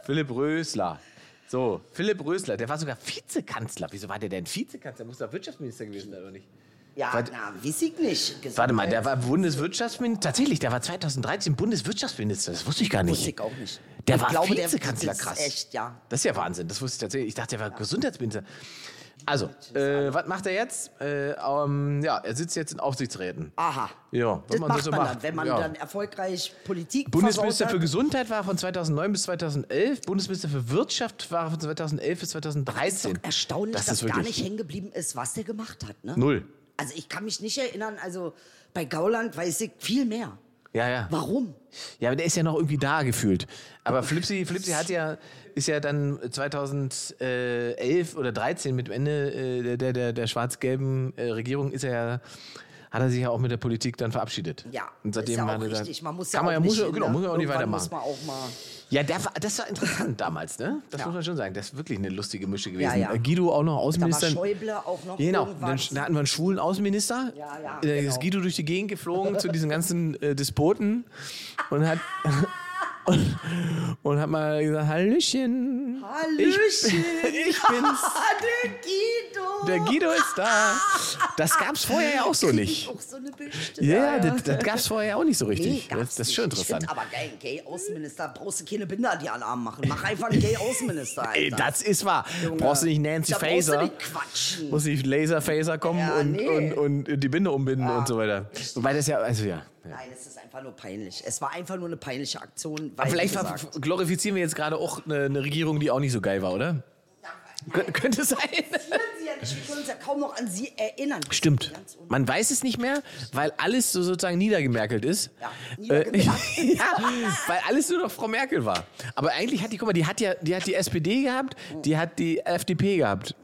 Speaker 2: Philipp Rösler. So, Philipp Rösler, der war sogar Vizekanzler. Wieso war der denn Vizekanzler? Muss doch Wirtschaftsminister gewesen sein, oder nicht?
Speaker 1: Ja,
Speaker 2: Warte-
Speaker 1: na, weiß ich nicht. Gesundheit.
Speaker 2: Warte mal, der war Bundeswirtschaftsminister. Tatsächlich, der war 2013 Bundeswirtschaftsminister. Das wusste ich gar nicht.
Speaker 1: Wusste ich auch nicht.
Speaker 2: Der
Speaker 1: Ich
Speaker 2: war
Speaker 1: glaube, der-
Speaker 2: Vizekanzler,
Speaker 1: das ist
Speaker 2: krass.
Speaker 1: echt, ja.
Speaker 2: Das ist ja Wahnsinn. Das wusste ich tatsächlich. Ich dachte, der war Gesundheitsminister. Also, äh, was macht er jetzt? Äh, ähm, ja, er sitzt jetzt in Aufsichtsräten.
Speaker 1: Aha.
Speaker 2: Ja, was
Speaker 1: das
Speaker 2: man
Speaker 1: macht
Speaker 2: so
Speaker 1: man
Speaker 2: so macht.
Speaker 1: dann, wenn man
Speaker 2: Ja.
Speaker 1: dann erfolgreich Politik
Speaker 2: Bundesminister für
Speaker 1: versaut hat.
Speaker 2: Gesundheit war von 2009 bis 2011. Bundesminister für Wirtschaft war von 2011 bis 2013.
Speaker 1: Erstaunlich,
Speaker 2: das
Speaker 1: dass
Speaker 2: ist
Speaker 1: gar
Speaker 2: wirklich
Speaker 1: nicht hängen geblieben ist, was der gemacht hat. Ne?
Speaker 2: null.
Speaker 1: Also ich kann mich nicht erinnern, also bei Gauland weiß ich viel mehr.
Speaker 2: Ja, ja.
Speaker 1: Warum?
Speaker 2: Ja, aber der ist ja noch irgendwie da gefühlt. Aber Flipsi, Flipsi hat ja, ist ja dann 2011 oder 13 mit dem Ende äh, der, der, der, der schwarz-gelben äh, Regierung ist er ja, hat er sich ja auch mit der Politik dann verabschiedet.
Speaker 1: Ja,
Speaker 2: Und seitdem
Speaker 1: ist ja
Speaker 2: hat
Speaker 1: auch
Speaker 2: er dann-
Speaker 1: richtig. Man muss ja
Speaker 2: kann
Speaker 1: auch
Speaker 2: man ja,
Speaker 1: nicht
Speaker 2: muss, ja-
Speaker 1: hin,
Speaker 2: genau,
Speaker 1: ne?
Speaker 2: muss man auch nicht
Speaker 1: Irgendwann
Speaker 2: weitermachen.
Speaker 1: Muss man auch mal
Speaker 2: Ja, der war, das war interessant damals, ne? Das
Speaker 1: Ja.
Speaker 2: muss man schon sagen. Das ist wirklich eine lustige Mische gewesen.
Speaker 1: Ja, ja.
Speaker 2: Äh, Guido auch noch
Speaker 1: da war
Speaker 2: Außenminister.
Speaker 1: Schäuble auch noch
Speaker 2: Genau, dann,
Speaker 1: irgendwas.
Speaker 2: da hatten wir einen schwulen Außenminister.
Speaker 1: Ja, ja,
Speaker 2: Da ist
Speaker 1: genau.
Speaker 2: Guido durch die Gegend geflogen zu diesen ganzen äh, Despoten und hat, und, und hat mal gesagt: Hallöchen.
Speaker 1: Hallöchen!
Speaker 2: Ich bin's.
Speaker 1: der Guido!
Speaker 2: Der Guido ist da. Das gab's vorher ja auch so
Speaker 1: Krieg
Speaker 2: nicht.
Speaker 1: Ich auch so eine Biste.
Speaker 2: Ja, das, das gab's vorher ja auch nicht so
Speaker 1: Nee,
Speaker 2: richtig. ne?
Speaker 1: gab's
Speaker 2: das, das ist schon
Speaker 1: nicht.
Speaker 2: interessant.
Speaker 1: Ich find aber geil, Gay-Außenminister, brauchst du keine Binder, die an den Arm machen. Mach einfach einen Gay-Außenminister,
Speaker 2: Ey,
Speaker 1: Alter.
Speaker 2: das ist wahr. Brauchst du nicht Nancy
Speaker 1: da brauchst du
Speaker 2: Faeser?
Speaker 1: nicht quatschen.
Speaker 2: Muss ich Laserphaser kommen
Speaker 1: Ja,
Speaker 2: und,
Speaker 1: nee.
Speaker 2: und, und die Binde umbinden und so weiter. Wobei das ja, also ja.
Speaker 1: Nein, es ist einfach nur peinlich. Es war einfach nur eine peinliche Aktion. Weil,
Speaker 2: Vielleicht
Speaker 1: wie gesagt,
Speaker 2: glorifizieren wir jetzt gerade auch eine, eine Regierung, die auch nicht so geil war, oder? Kön- könnte sein.
Speaker 1: Wir können sie ja nicht, wir können uns ja kaum noch an sie erinnern.
Speaker 2: Stimmt. Man weiß es nicht mehr, weil alles so sozusagen niedergemerkelt ist.
Speaker 1: Ja, niedergemerkelt.
Speaker 2: Äh, ja, weil alles nur noch Frau Merkel war. Aber eigentlich hat die, guck mal, die hat ja, die hat die SPD gehabt, die hat die FDP gehabt.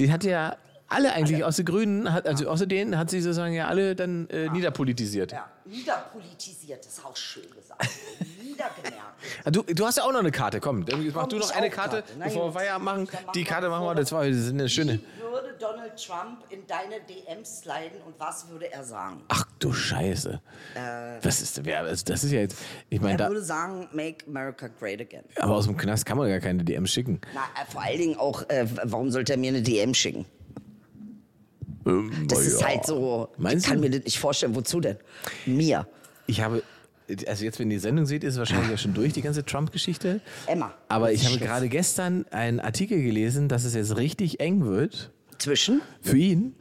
Speaker 2: Die hat ja alle eigentlich, außer Grünen, hat, also außer denen hat sie sozusagen ja alle dann äh, niederpolitisiert.
Speaker 1: Ja, niederpolitisiert, das ist auch schön gesagt. Niedergemerkt.
Speaker 2: Ah, Du, du hast ja auch noch eine Karte, komm. Dann mach
Speaker 1: Komm,
Speaker 2: du noch
Speaker 1: ich
Speaker 2: eine
Speaker 1: auch
Speaker 2: Karte,
Speaker 1: Karte. Na
Speaker 2: bevor wir
Speaker 1: gut.
Speaker 2: Feierabend machen.
Speaker 1: Dann machen
Speaker 2: Die
Speaker 1: wir
Speaker 2: Karte machen wir,
Speaker 1: vor.
Speaker 2: das war das ist eine schöne.
Speaker 1: Wie würde Donald Trump in deine DMs sliden und was würde er sagen?
Speaker 2: Ach du Scheiße.
Speaker 1: Äh.
Speaker 2: Was ist, wer, also das ist ja jetzt, ich meine,
Speaker 1: Er
Speaker 2: da,
Speaker 1: würde sagen, make America great again.
Speaker 2: aber aus dem Knast kann man gar keine DMs schicken.
Speaker 1: Na, äh, vor allen Dingen auch, äh, warum sollte er mir eine DM schicken?
Speaker 2: Ähm,
Speaker 1: Das
Speaker 2: na
Speaker 1: ist
Speaker 2: ja.
Speaker 1: halt so, ich
Speaker 2: Meinst
Speaker 1: kann
Speaker 2: du?
Speaker 1: mir das nicht vorstellen. Wozu denn? Mir.
Speaker 2: Ich habe, also jetzt, wenn ihr die Sendung seht, ist es wahrscheinlich ja schon durch, die ganze Trump-Geschichte.
Speaker 1: Emma,
Speaker 2: Aber
Speaker 1: jetzt
Speaker 2: ich habe
Speaker 1: Äh, Schluss.
Speaker 2: gerade gestern einen Artikel gelesen, dass es jetzt richtig eng wird
Speaker 1: Zwischen
Speaker 2: für ihn,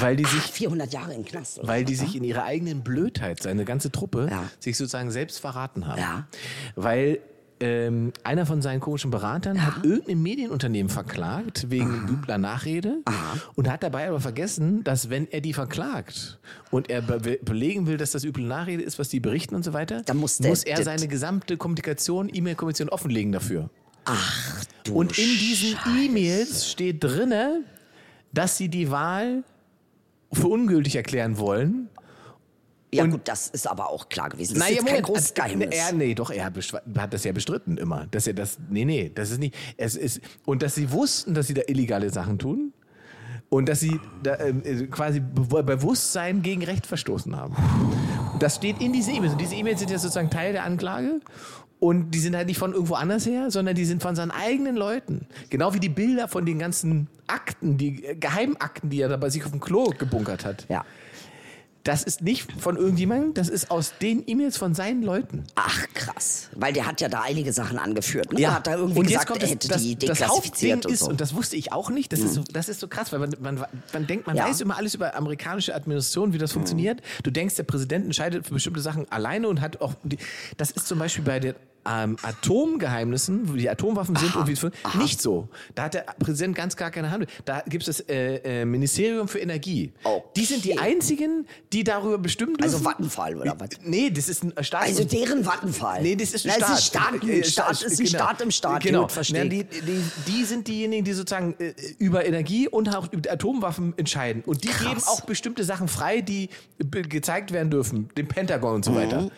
Speaker 2: weil die sich
Speaker 1: 400 Jahre im Knast. oder?
Speaker 2: Weil die sich in ihrer eigenen Blödheit, seine ganze Truppe,
Speaker 1: Ja.
Speaker 2: sich sozusagen selbst verraten haben.
Speaker 1: Ja.
Speaker 2: Weil ähm, einer von seinen komischen Beratern hat irgendein Medienunternehmen verklagt wegen übler Nachrede und hat dabei aber vergessen, dass wenn er die verklagt und er be belegen will, dass das üble Nachrede ist, was die berichten und so weiter,
Speaker 1: Dann muss der
Speaker 2: muss er
Speaker 1: das-
Speaker 2: seine gesamte Kommunikation, E-Mail-Kommunikation offenlegen dafür.
Speaker 1: Ach du
Speaker 2: Und in diesen
Speaker 1: Scheiße.
Speaker 2: E-Mails steht drinne, dass sie die Wahl für ungültig erklären wollen.
Speaker 1: Ja gut, das ist aber auch klar gewesen. Das
Speaker 2: Na,
Speaker 1: ist
Speaker 2: ja,
Speaker 1: jetzt kein
Speaker 2: Moment,
Speaker 1: großes
Speaker 2: also,
Speaker 1: Geheimnis.
Speaker 2: Er, nee, doch, er beschw- hat das ja bestritten immer. Dass er das, nee, nee, das ist nicht. Es ist, und dass sie wussten, dass sie da illegale Sachen tun. Und dass sie da, ähm, äh, quasi be Bewusstsein gegen Recht verstoßen haben. Das steht in diesen E-Mails. Und diese E-Mails sind ja sozusagen Teil der Anklage. Und die sind halt nicht von irgendwo anders her, sondern die sind von seinen eigenen Leuten. Genau wie die Bilder von den ganzen Akten, die äh, Geheimakten, die er da bei sich auf dem Klo gebunkert hat.
Speaker 1: ja.
Speaker 2: Das ist nicht von irgendjemandem, das ist aus den E-Mails von seinen Leuten.
Speaker 1: Ach krass, weil der hat ja da einige Sachen angeführt. Ne? Der hat da irgendwie
Speaker 2: und jetzt
Speaker 1: gesagt,
Speaker 2: kommt
Speaker 1: er
Speaker 2: das,
Speaker 1: hätte
Speaker 2: das,
Speaker 1: die
Speaker 2: das Hauptding
Speaker 1: deklassifiziert und
Speaker 2: ist,
Speaker 1: so. Mhm.
Speaker 2: und das wusste ich auch nicht, das, ist, so, das ist so krass, weil man, man, man denkt, man
Speaker 1: Ja. Mhm.
Speaker 2: weiß immer alles über amerikanische Administration, wie das funktioniert. Du denkst, der Präsident entscheidet für bestimmte Sachen alleine und hat auch, die, das ist zum Beispiel bei der ähm, Atomgeheimnissen, wie die Atomwaffen sind und wie es fun- Nicht so. Da hat der Präsident ganz gar keine Hand. Da gibt es das äh, äh, Ministerium für Energie. Die sind die einzigen, die darüber bestimmen dürfen.
Speaker 1: Oh, Also Vattenfall oder was?
Speaker 2: Nee, das ist ein Staat.
Speaker 1: Also deren Vattenfall.
Speaker 2: Nee, das ist ein
Speaker 1: Na,
Speaker 2: Staat.
Speaker 1: Es ist Staat,
Speaker 2: Äh,
Speaker 1: ein Staat, ist ein
Speaker 2: genau.
Speaker 1: Staat im Staat.
Speaker 2: Genau.
Speaker 1: Gut, verstehe.
Speaker 2: Na, die, die, die sind diejenigen, die sozusagen äh, über Energie und auch über Atomwaffen entscheiden. Und die geben auch bestimmte Sachen frei, die be- gezeigt werden dürfen, dem Pentagon
Speaker 1: Mhm,
Speaker 2: und so weiter.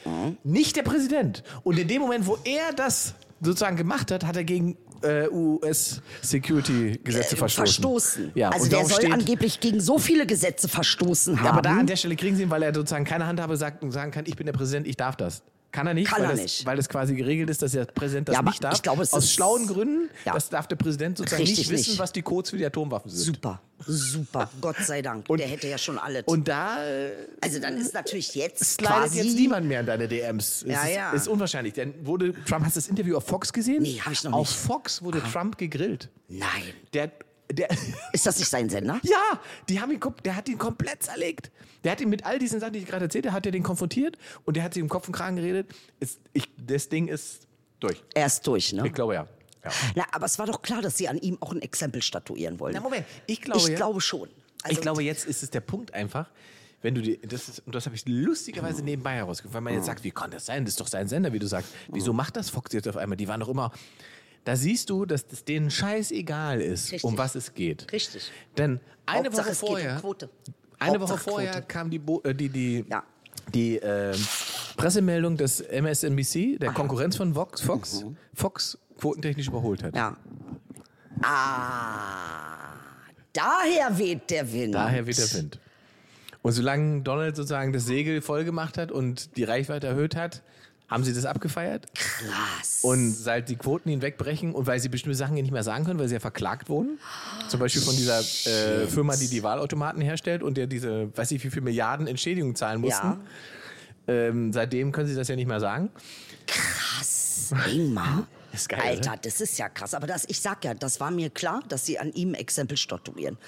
Speaker 2: Nicht der Präsident. Und in dem Moment, wo er das sozusagen gemacht hat, hat er gegen äh, US-Security-Gesetze verstoßen.
Speaker 1: Äh, verstoßen.
Speaker 2: Ja,
Speaker 1: also
Speaker 2: und
Speaker 1: der
Speaker 2: darum
Speaker 1: soll
Speaker 2: steht,
Speaker 1: angeblich gegen so viele Gesetze verstoßen haben.
Speaker 2: ja, aber da an der Stelle kriegen sie ihn, weil er sozusagen keine Handhabe sagt, sagen kann, ich bin der Präsident, ich darf das. Kann er nicht,
Speaker 1: Kann
Speaker 2: weil,
Speaker 1: er
Speaker 2: das,
Speaker 1: nicht.
Speaker 2: weil das quasi geregelt ist, dass der Präsident das
Speaker 1: Ja, aber
Speaker 2: nicht darf.
Speaker 1: ich glaube, es
Speaker 2: Aus
Speaker 1: ist-
Speaker 2: schlauen Gründen,
Speaker 1: Ja.
Speaker 2: das darf der Präsident sozusagen nicht
Speaker 1: Richtig
Speaker 2: wissen,
Speaker 1: nicht.
Speaker 2: was die Codes für die Atomwaffen sind.
Speaker 1: super, super, Gott sei Dank.
Speaker 2: Und-
Speaker 1: der hätte ja schon alles.
Speaker 2: Und da äh,
Speaker 1: also dann ist natürlich jetzt
Speaker 2: slidet
Speaker 1: quasi
Speaker 2: jetzt niemand mehr in deine DMs. Es
Speaker 1: Ja,
Speaker 2: ist,
Speaker 1: ja.
Speaker 2: ist unwahrscheinlich. Denn wurde Trump, hast du das Interview auf Fox gesehen?
Speaker 1: Nee, hab ich noch
Speaker 2: auf
Speaker 1: nicht. Ah.
Speaker 2: Auf Fox wurde Trump gegrillt.
Speaker 1: Nein.
Speaker 2: Der, der,
Speaker 1: Ist das nicht sein Sender?
Speaker 2: Ja, die haben ihn, kom- der hat ihn komplett zerlegt. Der hat ihn mit all diesen Sachen, die ich gerade erzählt habe, hat er den konfrontiert und der hat sich im Kopf und Kragen geredet. Es, ich, das Ding ist durch.
Speaker 1: Er ist durch, ne?
Speaker 2: Ich glaube ja. ja.
Speaker 1: Na, aber es war doch klar, dass sie an ihm auch ein Exempel statuieren wollen.
Speaker 2: Na, Moment. Ich glaube
Speaker 1: ich
Speaker 2: ja.
Speaker 1: glaube schon. Also,
Speaker 2: ich glaube, jetzt ist es der Punkt einfach, wenn du dir, das ist, und das habe ich
Speaker 1: Genau.
Speaker 2: lustigerweise nebenbei herausgefunden, weil man
Speaker 1: Mhm.
Speaker 2: jetzt sagt, wie kann das sein? Das ist doch sein Sender, wie du sagst. Wieso macht das Fox jetzt auf einmal? Die waren doch immer. Da siehst du, dass es denen scheißegal ist,
Speaker 1: Richtig.
Speaker 2: um was es geht.
Speaker 1: Richtig.
Speaker 2: Denn eine
Speaker 1: Hauptsache,
Speaker 2: Woche
Speaker 1: es geht um
Speaker 2: vorher,
Speaker 1: Quote.
Speaker 2: eine Woche
Speaker 1: Hauptsache
Speaker 2: vorher
Speaker 1: Quote.
Speaker 2: kam die, Bo äh, die, die,
Speaker 1: Ja.
Speaker 2: die ähm, Pressemeldung, dass MSNBC, der Konkurrenz von Vox, Fox, Fox quotentechnisch überholt hat.
Speaker 1: Ja. Ah, daher weht der Wind.
Speaker 2: Daher weht der Wind. Und solange Donald sozusagen das Segel voll gemacht hat und die Reichweite erhöht hat, haben sie das abgefeiert.
Speaker 1: Krass.
Speaker 2: Und seit die Quoten ihn wegbrechen und weil sie bestimmte Sachen nicht mehr sagen können, weil sie ja verklagt wurden, zum Beispiel von dieser äh, Firma, die die Wahlautomaten herstellt und der diese, weiß ich wie viel Milliarden Entschädigung zahlen mussten,
Speaker 1: Ja.
Speaker 2: ähm, seitdem können sie das ja nicht mehr sagen.
Speaker 1: Ingmar.
Speaker 2: Hm? Ist geil,
Speaker 1: Alter,
Speaker 2: oder?
Speaker 1: das ist ja krass. Aber das, ich sag ja, das war mir klar, dass sie an ihm Exempel statuieren.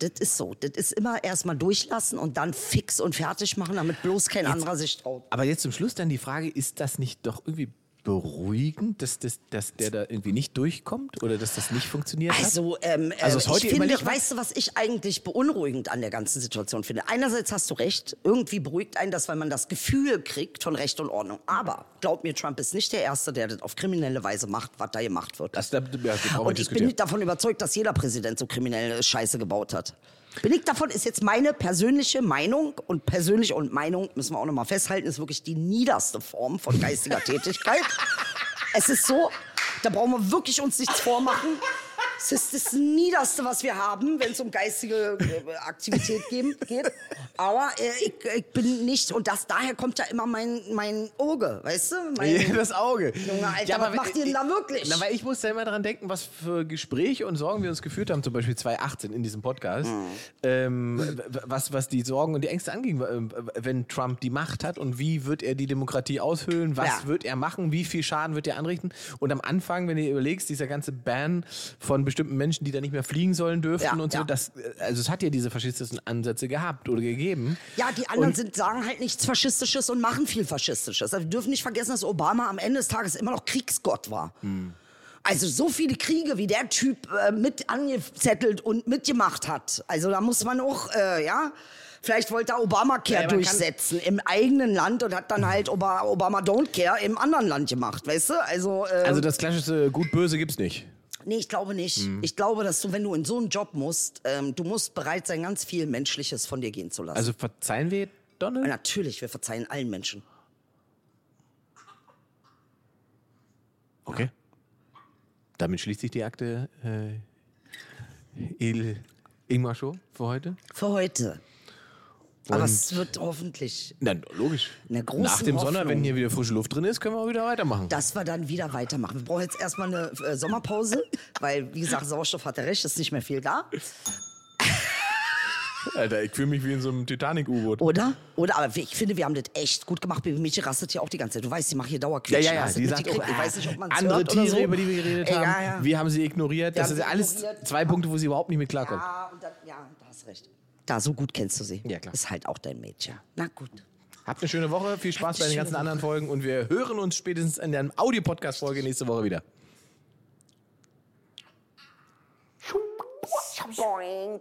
Speaker 1: Das ist so. Das ist immer erstmal durchlassen und dann fix und fertig machen, damit bloß kein anderer sich traut.
Speaker 2: Aber jetzt zum Schluss dann die Frage, ist das nicht doch irgendwie beruhigend, dass, dass, dass der da irgendwie nicht durchkommt oder dass das nicht funktioniert hat?
Speaker 1: Also, ähm,
Speaker 2: Also
Speaker 1: äh,
Speaker 2: ist heute
Speaker 1: ich finde,
Speaker 2: überlegt-
Speaker 1: weißt du, was ich eigentlich beunruhigend an der ganzen Situation finde? Einerseits hast du recht, irgendwie beruhigt einen das, weil man das Gefühl kriegt von Recht und Ordnung. Aber glaub mir, Trump ist nicht der Erste, der das auf kriminelle Weise macht, was da gemacht wird.
Speaker 2: Das, Also, da, ja, wir brauchen
Speaker 1: Und ich
Speaker 2: nicht diskutieren.
Speaker 1: bin davon überzeugt, dass jeder Präsident so kriminelle Scheiße gebaut hat. Bin ich davon, ist jetzt meine persönliche Meinung und persönlich und Meinung, müssen wir auch nochmal festhalten, ist wirklich die niederste Form von geistiger Tätigkeit. Es ist so, da brauchen wir wirklich uns nichts vormachen. Es ist das Niederste, was wir haben, wenn es um geistige äh, Aktivität geben, geht. Aber äh, ich, ich bin nicht, und das, daher kommt ja immer mein, mein Auge, weißt du? Mein,
Speaker 2: Ja, das Auge.
Speaker 1: Junge, Alter, was
Speaker 2: aber
Speaker 1: macht ihr denn da
Speaker 2: ich-
Speaker 1: wirklich?
Speaker 2: Na, weil ich muss ja immer daran denken, was für Gespräche und Sorgen wir uns geführt haben, zum Beispiel 2018 in diesem Podcast,
Speaker 1: Mhm.
Speaker 2: ähm, w- w- was, was die Sorgen und die Ängste anging, äh, wenn Trump die Macht hat und wie wird er die Demokratie aushöhlen, was
Speaker 1: Ja.
Speaker 2: wird er machen, wie viel Schaden wird er anrichten. Und am Anfang, wenn ihr überlegst, dieser ganze Ban von bestimmten Menschen, die da nicht mehr fliegen sollen dürfen
Speaker 1: Ja,
Speaker 2: und so,
Speaker 1: ja.
Speaker 2: das, also es hat ja diese faschistischen Ansätze gehabt oder gegeben.
Speaker 1: Ja, die anderen sind, sagen halt nichts Faschistisches und machen viel Faschistisches. Also wir dürfen nicht vergessen, dass Obama am Ende des Tages immer noch Kriegsgott war.
Speaker 2: Hm.
Speaker 1: Also so viele Kriege, wie der Typ äh, mit angezettelt und mitgemacht hat. Also da muss man auch, äh, ja, vielleicht wollte er Obamacare
Speaker 2: Ja, man kann-
Speaker 1: durchsetzen im eigenen Land und hat dann halt Oba Obama Don't Care im anderen Land gemacht, weißt du? Also, äh,
Speaker 2: Also das klassische Gut-Böse gibt's nicht.
Speaker 1: Nee, ich glaube nicht.
Speaker 2: Hm.
Speaker 1: Ich glaube, dass du, wenn du in so einen Job musst, ähm, du musst bereit sein, ganz viel Menschliches von dir gehen zu lassen.
Speaker 2: Also verzeihen wir Donald?
Speaker 1: Natürlich, wir verzeihen allen Menschen.
Speaker 2: Okay. Damit schließt sich die Akte äh, Il Ingmar Show für heute.
Speaker 1: Für heute. Aber
Speaker 2: Und-
Speaker 1: es wird hoffentlich,
Speaker 2: Na, logisch.
Speaker 1: Einer großen
Speaker 2: Nach dem Sonntag,
Speaker 1: Hoffnung.
Speaker 2: wenn hier wieder frische Luft drin ist, können wir auch wieder weitermachen.
Speaker 1: dass wir dann wieder weitermachen. Wir brauchen jetzt erstmal eine äh, Sommerpause, weil, wie gesagt, Sauerstoff hat er recht, ist nicht mehr viel da.
Speaker 2: Alter, ich fühle mich wie in so einem Titanic-U-Boot.
Speaker 1: Oder? Oder? Aber ich finde, wir haben das echt gut gemacht. Baby Mädchen rastet hier auch die ganze Zeit. Du weißt, die macht hier Dauerquetschen. Hast du
Speaker 2: die
Speaker 1: das
Speaker 2: sagt auch,
Speaker 1: mitgekriegt? ich weiß nicht, ob man
Speaker 2: andere
Speaker 1: hört
Speaker 2: Tiere,
Speaker 1: oder so.
Speaker 2: über die wir geredet
Speaker 1: Ey,
Speaker 2: haben,
Speaker 1: Ja, ja.
Speaker 2: wir haben sie ignoriert. Das
Speaker 1: haben
Speaker 2: sind ja
Speaker 1: sie
Speaker 2: alles
Speaker 1: ignoriert.
Speaker 2: zwei Punkte, wo sie überhaupt nicht mit klarkommt.
Speaker 1: Ah, ja, und dann, ja, da hast recht. Da, so gut kennst du sie.
Speaker 2: Ja, klar.
Speaker 1: Ist halt auch dein Mädchen. Na gut.
Speaker 2: Habt eine schöne Woche, viel Spaß
Speaker 1: Habt
Speaker 2: bei
Speaker 1: eine
Speaker 2: den
Speaker 1: schöne
Speaker 2: ganzen
Speaker 1: Woche.
Speaker 2: anderen Folgen und wir hören uns spätestens in der Audio-Podcast-Folge nächste Woche wieder.
Speaker 3: Boing.